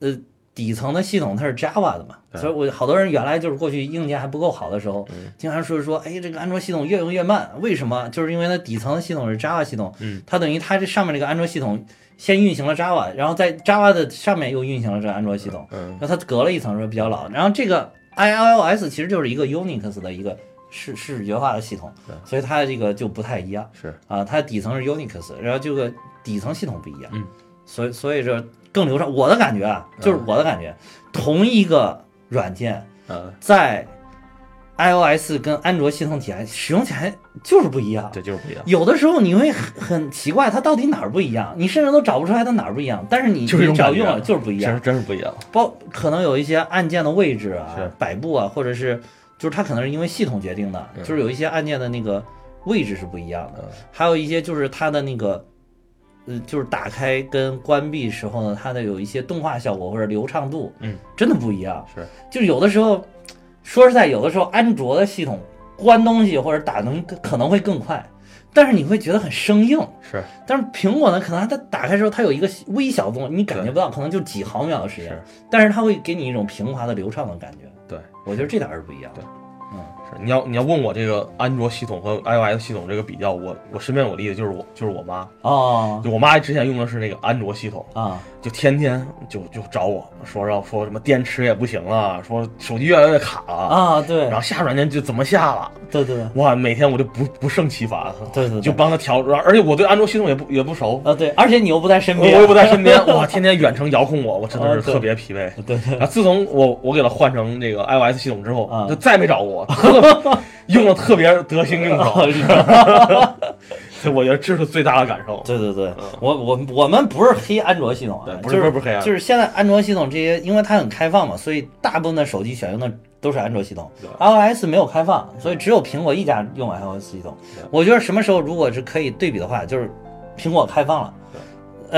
呃底层的系统它是 Java 的嘛，
对
所以我好多人原来就是过去硬件还不够好的时候，
嗯
经常说说，哎，这个安卓系统越用越慢，为什么？就是因为它底层的系统是 Java 系统，
嗯，
它等于它这上面这个安卓系统先运行了 Java，然后在 Java 的上面又运行了这个安卓系统。
嗯
那它隔了一层是比较老。然后这个 iOS 其实就是一个 Unix 的一个视视觉化的系统
对，
所以它这个就不太一样
是
啊。它底层是 Unix，然后这个底层系统不一样，
嗯，
所以所以这更流畅。我的感觉啊，就是我的感觉，同一个软件
嗯，
在 iOS 跟安卓系统体验使用起来就是不一样。
啊对，就是不一样，
有的时候你会很很奇怪，它到底哪儿不一样，你甚至都找不出来它哪儿不一样。但是你
就是一
你
种
只要
感觉
用了就是不一样
真，是真是不一样。
包可能有一些按键的位置啊
是、
摆布啊，或者是就是它可能是因为系统决定的，
嗯
就是有一些按键的那个位置是不一样的，
嗯
还有一些就是它的那个。呃，就是打开跟关闭时候呢，它的有一些动画效果或者流畅度，
嗯，
真的不一样。
是，
就是有的时候，说实在，有的时候安卓的系统关东西或者打东西可可能会更快，但是你会觉得很生硬。
是
但是苹果呢，可能它打开之后，它有一个微小动作，你感觉不到，可能就几毫秒的时间
是，
但是它会给你一种平滑的流畅的感觉。
对，
我觉得这点儿是不一样的
对。是，你要你要问我这个安卓系统和 iOS 系统这个比较，我我身边我例子就是我就是我妈，
哦
就我妈之前用的是那个安卓系统，
啊
就天天就就找我说让说什么电池也不行了，说手机越来越卡了，
啊，对
然后下软件就怎么下了，
对对对
哇，每天我就不不胜其烦，
对对对，
就帮他调，然后而且我对安卓系统也不也不熟，
啊对，而且你又不在身
我
边，
又不在身边，哇，天天远程遥控我，我真的
啊
是
对
特别疲惫。
对 对
啊！自从我我给他换成这个 iOS 系统之后，
啊
就再没找过我，特用的特别得心应手， 所以我觉得这是最大的感受。
对对对，我我我们不是黑安卓系统啊
嗯对，
就
不是不是不是黑啊
就是现在安卓系统这些，因为它很开放嘛，所以大部分的手机选用的都是安卓系统
对
，iOS 没有开放，所以只有苹果一家用 iOS 系统
对。
我觉得什么时候如果是可以对比的话，就是苹果开放了
对，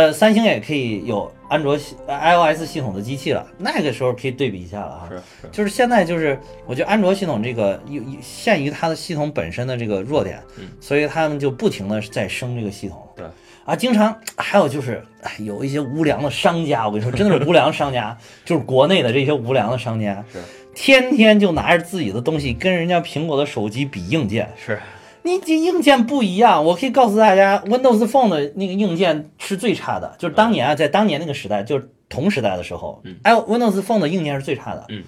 呃，三星也可以有安卓系呃 iOS 系统的机器了，那个时候可以对比一下了哈。
是是，
就是现在就是，我觉得安卓系统这个有有限于它的系统本身的这个弱点，
嗯
所以他们就不停的在升这个系统。
对
啊，经常还有就是，哎，有一些无良的商家，我跟你说，真的是无良商家， 就是国内的这些无良的商家，
是
天天就拿着自己的东西跟人家苹果的手机比硬件。
是
你这硬件不一样，我可以告诉大家，Windows Phone 的那个硬件是最差的，就是当年啊，在当年那个时代，就是同时代的时候，
嗯
哎，Windows Phone 的硬件是最差的，
嗯，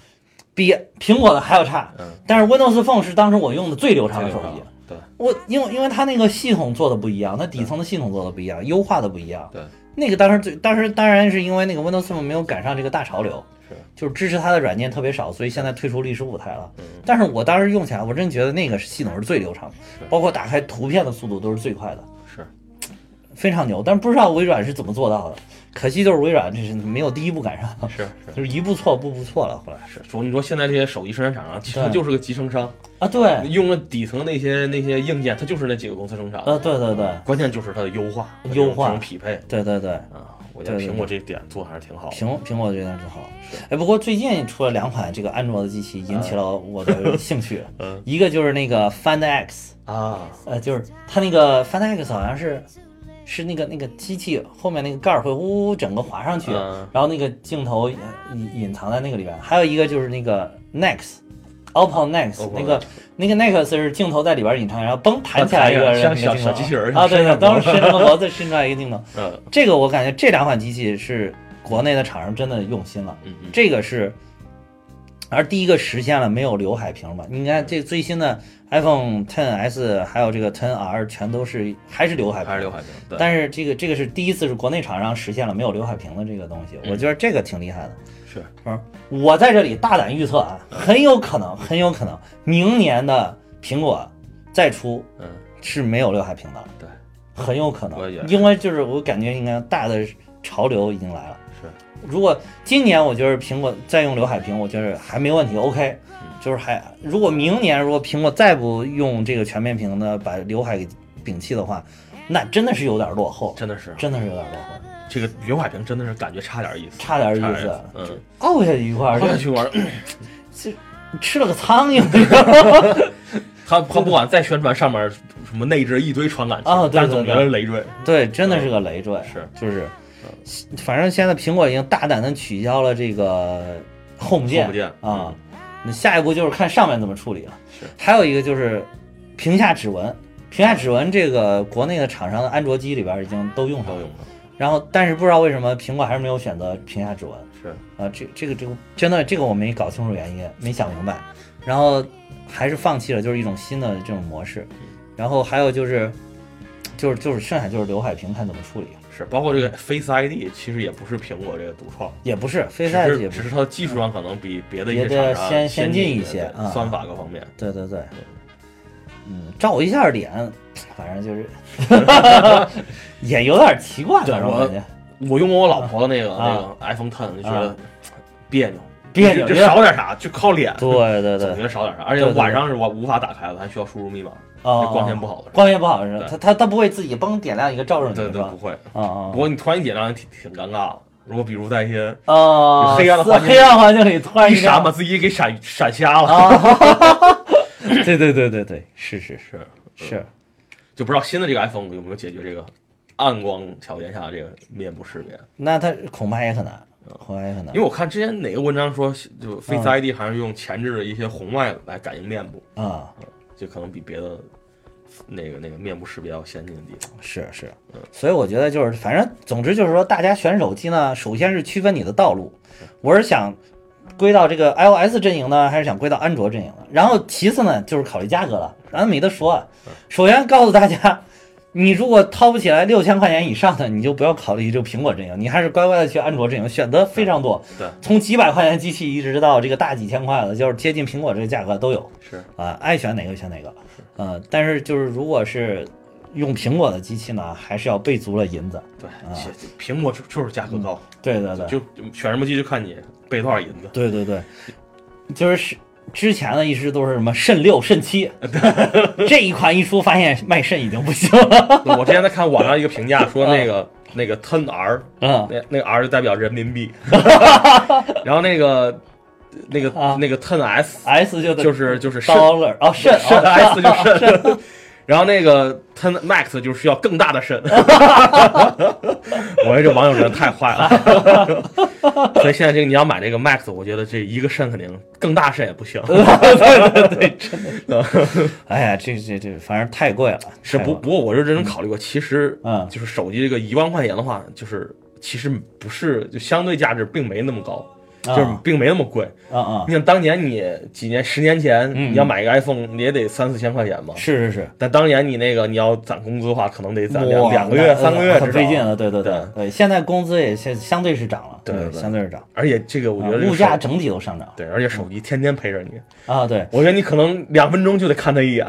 比苹果的还要差。
嗯，
但是 Windows Phone 是当时我用的最流畅的手机，
对
我因为因为它那个系统做的不一样，它底层的系统做的不一样，优化的不一样。
对，
那个当时最当时当然是因为那个 Windows Phone 没有赶上这个大潮流，
是
就是支持它的软件特别少，所以现在退出历史舞台了。
嗯
但是我当时用起来，我真觉得那个系统是最流畅的
是，
包括打开图片的速度都是最快的，
是
非常牛。但是不知道微软是怎么做到的，可惜就是微软这是没有第一步赶上，
是是。
就是一步错步步错了。后来
是，说你说现在这些手机生产厂商，其实
对
就是个集成商，
啊，对，
用了底层那些那些硬件，它就是那几个公司生产的，
呃，对对对
关键就是它的优化，它这
优
种
化
这种匹配
对对对。
啊，我觉得
对对
苹果这点做得还是挺好的。
苹苹果这边是好
是，
哎，不过最近出了两款这个安卓的机器，引起了我的兴 趣。
嗯
一个就是那个 Find X，
啊，
呃，就是它那个 Find X 好像是是那个那个机器后面那个盖儿会呜呜整个滑上去，
嗯
然后那个镜头隐隐藏在那个里边。还有一个就是那个 Nex。OPPO Nex
OPPO
那个那个 Nex 是镜头在里边隐藏，然后嘣弹起来一个
弹
人
起
那
来像
个
小
镜头
小机器人
啊，对对，
伸个脖
当
子
时伸 个脖子伸出来一个镜头，
呃，
这个我感觉这两款机器是国内的厂商真的用心了，
嗯嗯，
这个是，而第一个实现了没有刘海屏嘛？你看这最新的 iPhone 10s 还有这个 10r 全都是还是刘海屏，
还是刘海屏，对，
但是这个这个是第一次是国内厂商实现了没有刘海屏的这个东西，
嗯
我觉得这个挺厉害的。
是
嗯，我在这里大胆预测啊，很有可能，很有可能明年的苹果再出
嗯，
是没有刘海屏的，
对，
很有可
我也觉
能，
得
因为就是我感觉应该大的潮流已经来了。
是，
如果今年我觉得苹果再用刘海屏，我觉得还没问题，OK，就是
嗯
还如果明年如果苹果再不用这个全面屏的把刘海给摒弃的话，那真的是有点落后，
真的是
真的是有点落后，
这个刘海屏真的是感觉差点意思，
差点意
差点
思，
嗯，
凹下去一块儿，
我
这
想去 玩儿，
哦吃了个苍蝇。
他他不管再宣传上面什么内置一堆传感器，
啊对对
但是总觉得累赘，
对，真的是个累赘，
是嗯
就是，反正现在苹果已经大胆的取消了这个 Home 键
Home 键
啊，那下一步就是看上面怎么处理了。
是，
还有一个就是屏下指纹，屏下指纹这个国内的厂商的安卓机里边已经都用上
都
了
用，上，
然后但是不知道为什么苹果还是没有选择屏下指纹
是
啊，这这个这个真的这个我没搞清楚原因，没想明白，然后还是放弃了就是一种新的这种模式，然后还有就是。就是就是剩下就是刘海屏看怎么处理了。
是，包括这个 Face ID 其实也不是苹果这个独创。
也不是非
只
赛
是
也不
只
是，
是它技术上可能比别的一
别
些
的
厂商
先先
先
进
一
一些
对
啊
算法各方面。
对对对，嗯，照一下脸，反正就是 也有点奇怪，
对
反正
我
感觉
我用过我老婆的那个那
啊
个 iPhone Ten 就觉
啊
得别扭，
别扭
就
有
就
点
少点啥，就靠脸，
对对
总觉
对，
得少点啥，而且
对对对
晚上是我无法打开的，还需要输入密码，
啊，
就光线不好的时
光线不好是吧
对
它它它不会自己嘣点亮一个照
候，
着
对
你是
对
吧
不？会。
啊啊
不过你突然一点亮，挺挺尴尬的。如果比如在一些
啊！
有黑暗的
是
环境
黑暗环境里突然
一
个
闪把自己给闪闪瞎了，
啊，对对对对对，是是是
是
是，
就不知道新的这个 iPhone 有没有解决这个暗光条件下这个面部识别。
那它恐怕也很难，恐怕也很难
因为我看之前哪个文章说，就 Face
嗯
ID 还是用前置的一些红外来感应面部，
啊，
就可能比别的那个那个面部识别要先进的地方。
是是，所以我觉得就是，反正总之就是说，大家选手机呢，首先是区分你的道路，我是想归到这个 iOS 阵营呢，还是想归到安卓阵营呢？然后其次呢，就是考虑价格了，咱没得说啊。首先告诉大家，你如果掏不起来六千块钱以上的，你就不要考虑这个苹果阵营，你还是乖乖的去安卓阵营，选择非常多，
对，
从几百块钱机器一直到这个大几千块的，就是接近苹果这个价格都有。
是
啊，爱选哪个选哪个，呃，但是就是如果是用苹果的机器呢，还是要备足了银子。
对，其实苹果就就是价格高，
啊嗯对对对，
就选什么机就看你备多少银子。
对对对，就是是之前的一直都是什么肾六、肾 七，这一款一出，发现卖肾已经不行了。
我之前在看网上一个评价说那个那个 ten r
嗯，
那那个 r 就代表人 民币，然后那个那个
啊
那个 ten s
S 就得
就是就是肾
dollar 哦，肾
肾
哦
s 就肾，然后那个 ten max 就是需要更大的肾。 我觉得这网友人太坏了，所以现在这个你要买这个 max，我觉得这一个肾肯定更大肾也不行，
呃哎呀，这这这，反正太贵了，
嗯是
太
不
贵了
不过我是认真考虑过，其实
哎嗯
就是手机这个一万块钱的话，就是其实不是就相对价值并没那么高，就是
啊
并没那么贵。
啊啊，
你想当年你几年十年前
嗯
你要买一个 iPhone 你也得三四千块钱吧？
是是是，
但当年你那个你要攒工资的话，可能得攒两
哇
两个月、
那
三个月，
很费劲。啊了，对对
对
对，现在工资也相相对是涨了，
对对对
相对是涨，
而且这个我觉得
啊
这个
物价
手
整体都上涨
对，而且手机天天陪着你，
啊，对，
我觉得你可能两分钟就得看它一眼。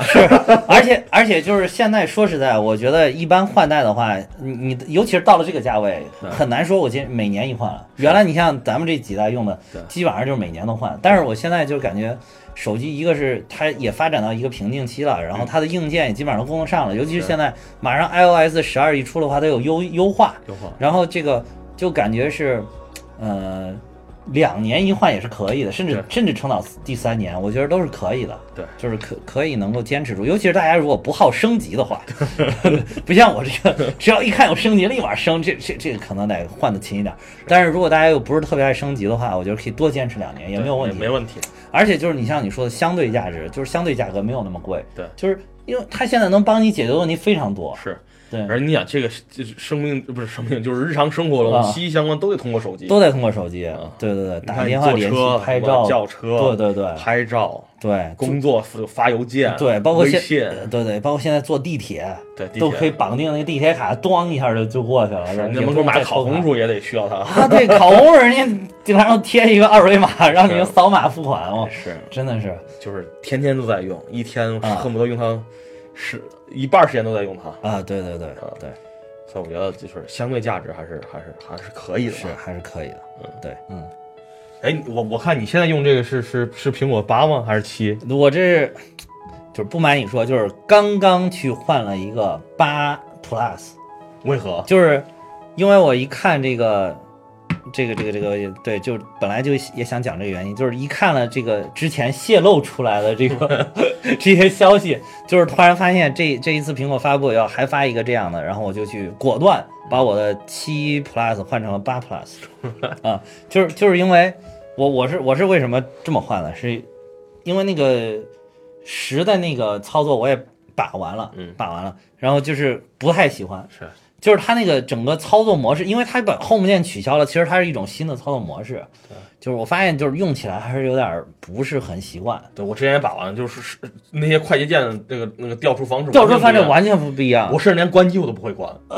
而且而且就是现在说实在，我觉得一般换代的话，你你尤其是到了这个价位，
对
很难说我今每年一换了。原来你像咱们这几代用的
啊对，
基本上就是每年都换。但是我现在就感觉手机一个是它也发展到一个瓶颈期了，然后它的硬件也基本上都供得上了，尤其是
嗯是
现在马上 iOS 十二一出的话，它有优优化，
有话
然后这个就感觉是，呃，两年一换也是可以的，甚至
对
甚至撑到第三年，我觉得都是可以的。
对，
就是可可以能够坚持住，尤其是大家如果不好升级的 话，不像我这个，只要一看有升级立马升，这这这个可能得换的勤一点。但是如果大家又不是特别爱升级的话，我觉得可以多坚持两年也没有问题。
没问题。
而且就是你像你说的相对价值，就是相对价格没有那么贵。
对
就是因为它现在能帮你解决的问题非常多。
是，
对，
而你想这个这生命不是生命，就是日常生活中
啊
息息相关，都得通过手机。
都得通过手机
啊。
对对对，
你
打
看你
电话
坐
联系
车、、
拍
什么
照、
叫车，
对对对
拍照、
对，
工作发发邮件，
对，包括
微
现
信，
对对，包括现在坐地铁，
对，地
都
铁
可以。绑定那个地铁卡，咣一下就就过去了。
是
也不
你在
用
门口买
再
烤
抽卡
红薯也得需要它。
啊，对，烤红薯人家经常贴一个二维码，让你
是
扫码付款哦，
是，
真的是
就是天天都在用，一天
啊
恨不得用它是一半儿时间都在用它，
啊，对对对
啊
对，
所以我觉得就是相对价值还是还是还是可以的。
是，还是可以的，对，嗯。
哎，我我看你现在用这个是是是苹果八吗？还是七？
我这是就是不瞒你说，就是刚刚去换了一个八 Plus，
为何？
就是因为我一看这个，这个这个这个，对，就是本来就也想讲这个原因，就是一看了这个之前泄露出来的这个 这些消息，就是突然发现这这一次苹果发布要还发一个这样的，然后我就去果断把我的七 Plus 换成了八 Plus，啊，就是就是因为我我是我是为什么这么换呢？是因为那个十的那个操作我也把玩了，
嗯
把玩了，然后就是不太喜欢，
是
就是它那个整个操作模式，因为它把 Home 键取消了，其实它是一种新的操作模式。就是我发现就是用起来还是有点儿不是很习惯。
对我之前也把玩，就是是那些快捷键的那个那个调出方式，
调出发展
完
完全不一
全
样
不一样，我，甚至连关机我都不会关，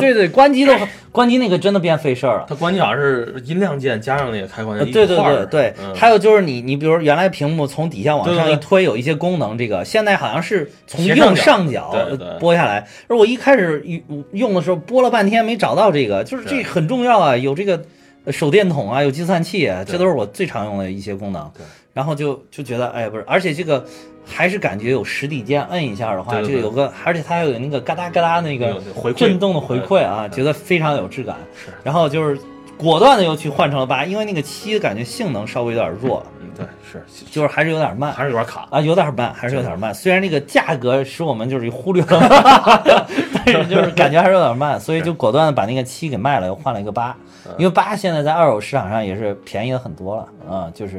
对对，关机的话关机那个真的变费事儿了。
它关机好像是音量键加上那个开关
呃
键一
对对
块
对
儿
对，
嗯
还有就是你你比如原来屏幕从底下往
对对
上
对
一推，有一些功能，这个现在好像是从
斜上
右
角
上角呃
对对
拨下来。而我一开始用用的时候拨了半天没找到这个，就是这
是
很重要啊，有这个呃手电筒啊，有计算器啊，这
对
都是我最常用的一些功能
对。
然后就就觉得哎不是，而且这个还是感觉有实体键摁一下的话，
对对
这个
对
有个，而且它还有那个嘎哒嘎哒那
有
个
有回馈
震动的回馈啊，
对对
觉得非常有质感。
是
然后就是果断的又去换成了八，因为那个七感觉性能稍微有点弱，
嗯对是其
就是还是有点慢
还是有点卡，
啊，有点慢，还是有点慢。虽然这个价格使我们就是忽略了， 但是就是感觉还是有点慢，所以就果断的把那个七给卖了，又换了一个八，因为八现在在二手市场上也是便宜了很多了啊、就是。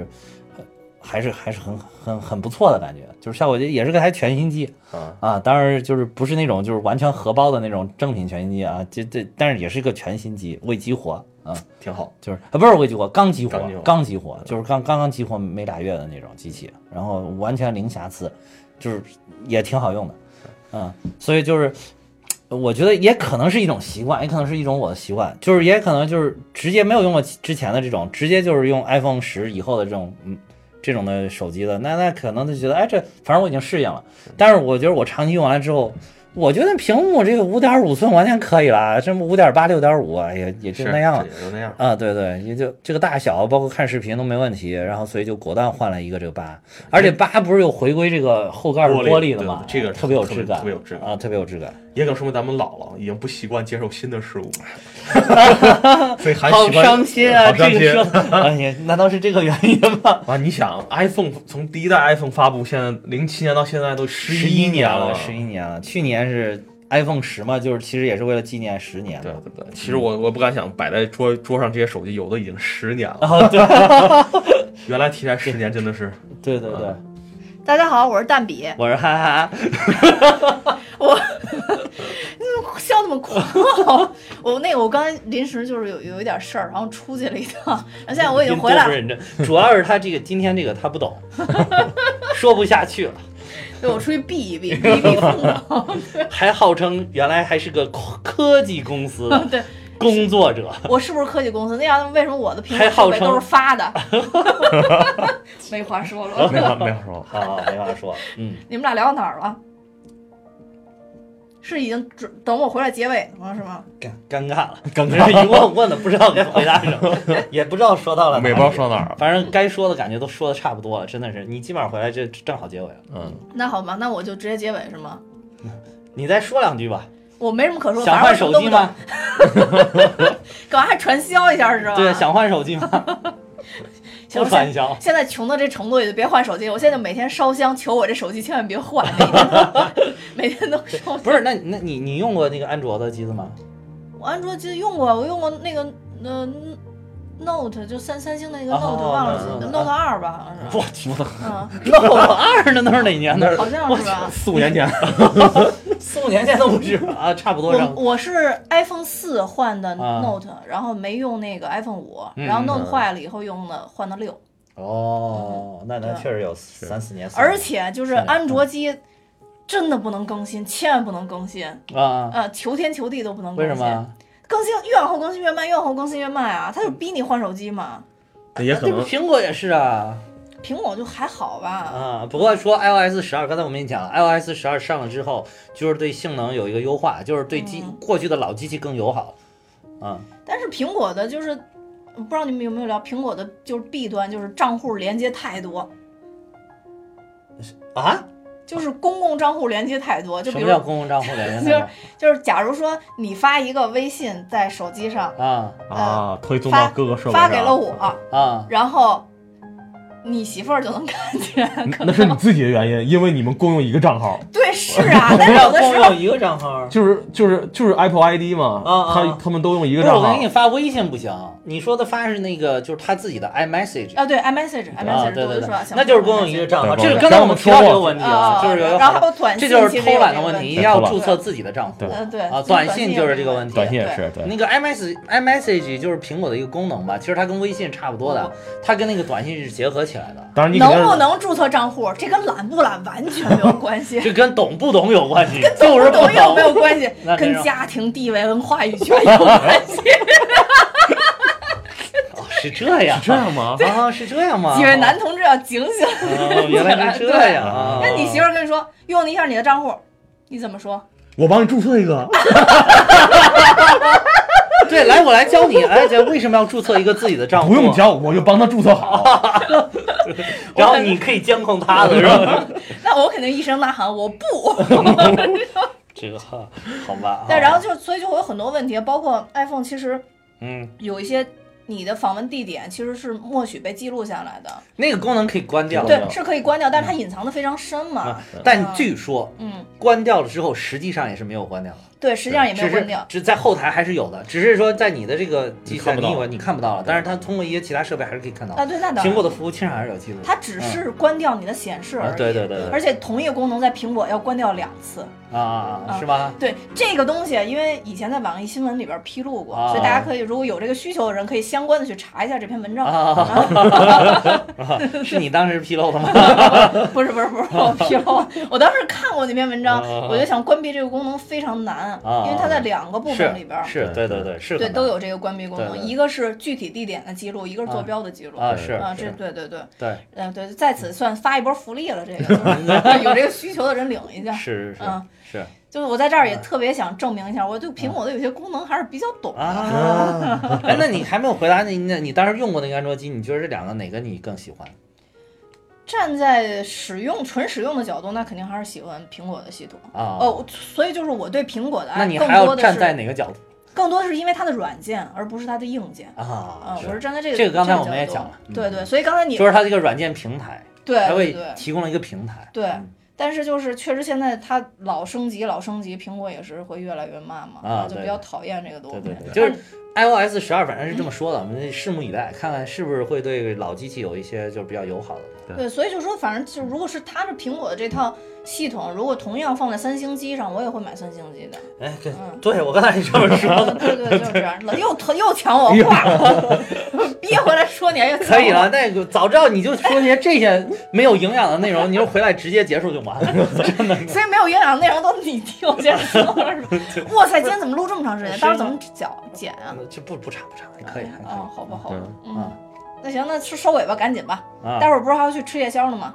呃还是还是很很很不错的感觉，就是效果也是个台全新机，
啊
啊，当然就是不是那种就是完全荷包的那种正品全新机啊，这这但是也是个全新机，未激活啊，
挺好。
就是啊不是未激活，刚激活
刚激，活
刚激活，就是刚刚刚激活没俩月的那种机器，然后完全零瑕疵，就是也挺好用的，嗯，所以就是我觉得也可能是一种习惯，也可能是一种我的习惯，就是也可能就是直接没有用过之前的这种，直接就是用 iPhone 十以后的这种，嗯，这种的手机的，那那可能就觉得，哎，这反正我已经适应了。但是我觉得我长期用完了之后，我觉得屏幕这个五点五寸完全可以了，啊这么五点八、六点五啊也也就是那样了
是。也就那样。
啊，对对，也就这个大小，包括看视频都没问题。然后所以就果断换了一个这个八，而且八不是又回归这个后盖是玻
玻璃
璃的
对
吗？
这个
特别有
特
质
别
感，
特别有质感
啊，特别有质感。
也可能说明咱们老了，已经不习惯接受新的事物，所以还习惯
伤心啊！
好伤
这个
心
说， 哎呀，难道是这个原因吗？
啊！你想，iPhone 从第一代 iPhone 发布，现在零七年到现在都
十
一
年
了，
十一年了。去年是 iPhone 十嘛，就是其实也是为了纪念十年
对
嘛。
对对，其实我我不敢想，摆在桌桌上这些手机，有的已经十年了。
啊，对
原来提来十年真的是，
对对对，
嗯
大家好，我是蛋比，
我是哈哈，
笑那么狂。我那个我刚才临时就是有有一点事儿，然后出去了一趟，然后现在我已经回来了。
您多不认真，主要是他这个今天这个他不 懂，说不下去了，
对，我出去避一 避，避一避风暴。
还号称原来还是个科科技公司 的
对
工作者，
我是不是科技公司？那样为什么我的苹果
还号
设
称
备都是发的？没话说了，
没法没法说。
啊，没法说，嗯，
你们俩聊到哪儿了？是已经准等我回来结尾了是吗？
尴尴尬了，尴尬 一问问的不知道该回答什么， 也不知道说到了哪里，
也不知道说到哪儿了，
反正该说的感觉都说的差不多了，真的是，你基本上回来这这正好结尾了，
嗯，
那好吧，那我就直接结尾是吗？
你再说两句吧，
我没什么可说，
想
反正我
换
什么
手
都
机
不懂？
吗？
干嘛还传销一下是吧？
对，想换手 机吗？
行
不传销，
现在穷到这程度也就别换手机，我现在每天烧香求我这手机千万别换， 每天都每天都烧。
不是，那那你你用过那个安卓的机子 吗？
我安卓机用过，我用过那个呃 Note，就三三星的那个
哦
Note，、忘了
嗯嗯嗯
Note 二吧，好像是。
我去，
嗯，
Note 二呢？那是哪年的？
好像是吧。
四五年前，
四五年前都不是啊，差不多
我
上。
我是 iPhone 四换的
啊
Note，、然后没用那个 iPhone 五、
嗯
然后
嗯
Note 坏了以后用的换的六，
哦，那那确实有三四年。
而且就是
是的
安卓机真的不能更新，千万不能更新，
啊，
呃，求天求地都不能更
为
新。
什么？啊
更新越往后更新越慢，越往后更新越慢啊！他就逼你换手机嘛。啊
也可
对，
能
苹果也是啊
苹果就还好吧，
啊。不过说 iOS 十二，刚才我们跟你讲了，iOS 十二上了之后，就是对性能有一个优化，就是对机
嗯
过去的老机器更友好。啊，
但是苹果的就是，不知道你们有没有聊苹果的，就是弊端就是账户连接太多，
啊？
就是公共账户连接太多。就
什
比
么
如
叫公共账户连 接
就
呢
是？就是，假如说你发一个微信在手机上
啊
啊，推送
发
到各个设备
发
上，
给了我，
啊，
然后你媳妇儿就能看见，可
那是你
能
自己的原因，因为你们共用一个账号，
对是 啊，
不
但
要
有的
光
时候
用一个账号。
就是就是就是 Apple ID 嘛，
啊啊
他他们都用一
不
个
是
账
我
号
给你，发微信不行，你说的发是那个就是他自己的 iMessage
啊对 iMessage
啊，
iMessage
对
我
对
就
对
说，想
那就是公用一个
iMessage
账号。
对
这是
对
刚才
刚
我们
我们
提到
说
这个
过
问题
啊
了，，就是有一个
然后还有短
这
信，
就是偷懒的问题，一定要
对偷懒
注册自己的账户
对
嗯，对
啊。短信就是这个问
题。
题。
短信也
对
是对。
那个 iMessage iMessage 就是苹果的一个功能吧，其实它跟微信差不多的，
嗯
它跟那个短信是结合起来的，
当然你肯定
能不
是
能注册账户，这跟懒不懒完全没有关系，
这跟懂不懂 有关系，就是
懂有
懂
没。有关系
那，啊真
跟
是
家庭地位、跟话语权有关 系。
哦是这样，
是这样吗？
啊，是这样吗？
几位男同志要警醒。
哦，原 来是这样啊。
那你媳妇儿跟你说用一下你的账户，你怎么说？
我帮你注册一个，
对，来，我来教你，哎，这为什么要注册一个自己的账户？
不用教，我就帮他注册好。
然后你可以监控他 的，是 吧？
那我肯定一声呐喊，我 不。
这个好吧。啊
但然后就所以就会有很多问题，包括 iPhone 其实
嗯，
有一些。你的访问地点其实是默许被记录下来的，
那个功能可以关掉，
对，是可以关掉，但是
嗯
它隐藏的非常深嘛
啊。但据说
嗯，
关掉了之后，实际上也是没有关掉的，
对，实际上也没
只
有啊关
是
掉。
只在后台还是有的，只是说在你的这个计算
你看不
你
到
以为你看不到了，但是它通过一些其他设备还是可以看到
啊，
的。
对，那当
苹
然
果。的服务器上还是有记录的
它只是关掉你的显示而已。
嗯啊对对对对
而且同一个功能在苹果要关掉两次。
啊啊，啊
啊
是吧？
对这个东西，因为以前在网易新闻里边披露过，
啊
所以大家可以如果有这个需求的人，可以相关的去查一下这篇文章。
啊， 是你当时披露的吗？
不是不是不是，我披露，我当时看过那篇文章，
啊
我就想关闭这个功能非常难
啊
因为它在两个部分里边儿，
是
对
对对对是
对
很
都
难
有这个关闭功能，
对对对
一个是具体地点的记录，一个是坐标的记录。
啊
对
是
啊，这
是
对对对，
对
嗯对，在此算发一波福利了，这个 有这个需求的人领一下。
是是哎是
嗯，
是
就是我在这儿也特别想证明一下，我对
嗯
苹果的有些功能还是比较懂的。
啊，哎，那你还没有回答你那你当时用过那个安卓机，你觉得这两个哪个你更喜欢？
站在使用纯使用的角度，那肯定还是喜欢苹果的系统。
啊
哦，所以就是我对苹果的
那
爱
你
更
还要
多的
站在
是
哪个角度
更多的是因为它的软件，而不是它的硬件。
啊
啊，？我是站在这个
这个刚才
这
我们也
角度
讲了嗯
对对，所以刚才你
就是它这个软件平台，
对
它
对
为
对
提供了一个平台。
对
嗯，
但是就是确实现在它老升级老升级，苹果也是会越来越慢嘛，
啊
我就
对
比较讨厌这个东
对
西。
对对，就是 iOS 十二，反正是这么说的，我们拭目以待，看看是不是会对老机器有一些就是比较友好的。
对，所以就说，反正就如果是它是苹果的这套系统，如果同样放在三星机上，我也会买三星机的。
哎，对
嗯，
对我刚才你这么说，
对 对对，就是这样。老又又抢我话了，憋回来说你还要抢我
哎可以了，那个早知道你就说些这些没有营养的内容，你就回来直接结束就完了。
所以没有营养内容都你替我先说是吧？哇塞，今天怎么录这么长时间？当时怎么剪剪啊？
这不不差不差，还可以还可
嗯，
以
好吧好吧
嗯，
嗯，那行，那收收尾吧，赶紧吧，
啊
待会儿不是还要去吃夜宵呢吗？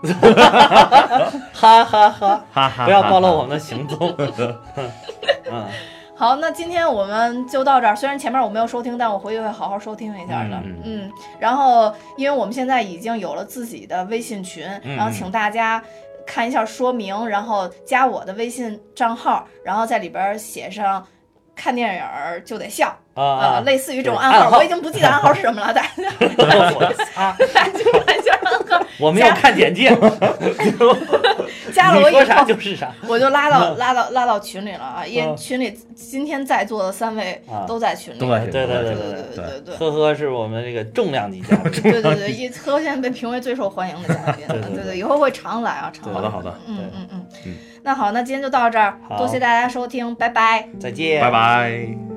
哈哈哈，
哈哈，
不要暴露我们的行踪。嗯，
好，那今天我们就到这儿。虽然前面我没有收听，但我回去会好好收听一下的。
嗯
嗯，然后因为我们现在已经有了自己的微信群，然后请大家看一下说明，然后加我的微信账号，然后在里边写上。看电影儿就得笑
啊
啊、
啊，
类似于这种
就是
暗号，
暗号
我已经不记得暗号是什么了，大家大家就看一下暗号，
我没有看简介，
加了
你
我以后
说啥就是啥。
我就拉到拉到拉到群里了啊，因为
嗯
群里今天在座的三位
啊
都在群里，
都在
对对对
对
对
对对对。
呵呵，是我们这个重量级嘉宾。
对对对，一何现在被评为最受欢迎的嘉宾，
对对对
对对，以后会常来啊，常来。
好的好的，
嗯嗯嗯
嗯，
那好，那今天就到这儿，
好
多谢大家收听，拜拜。
再见，
拜。拜。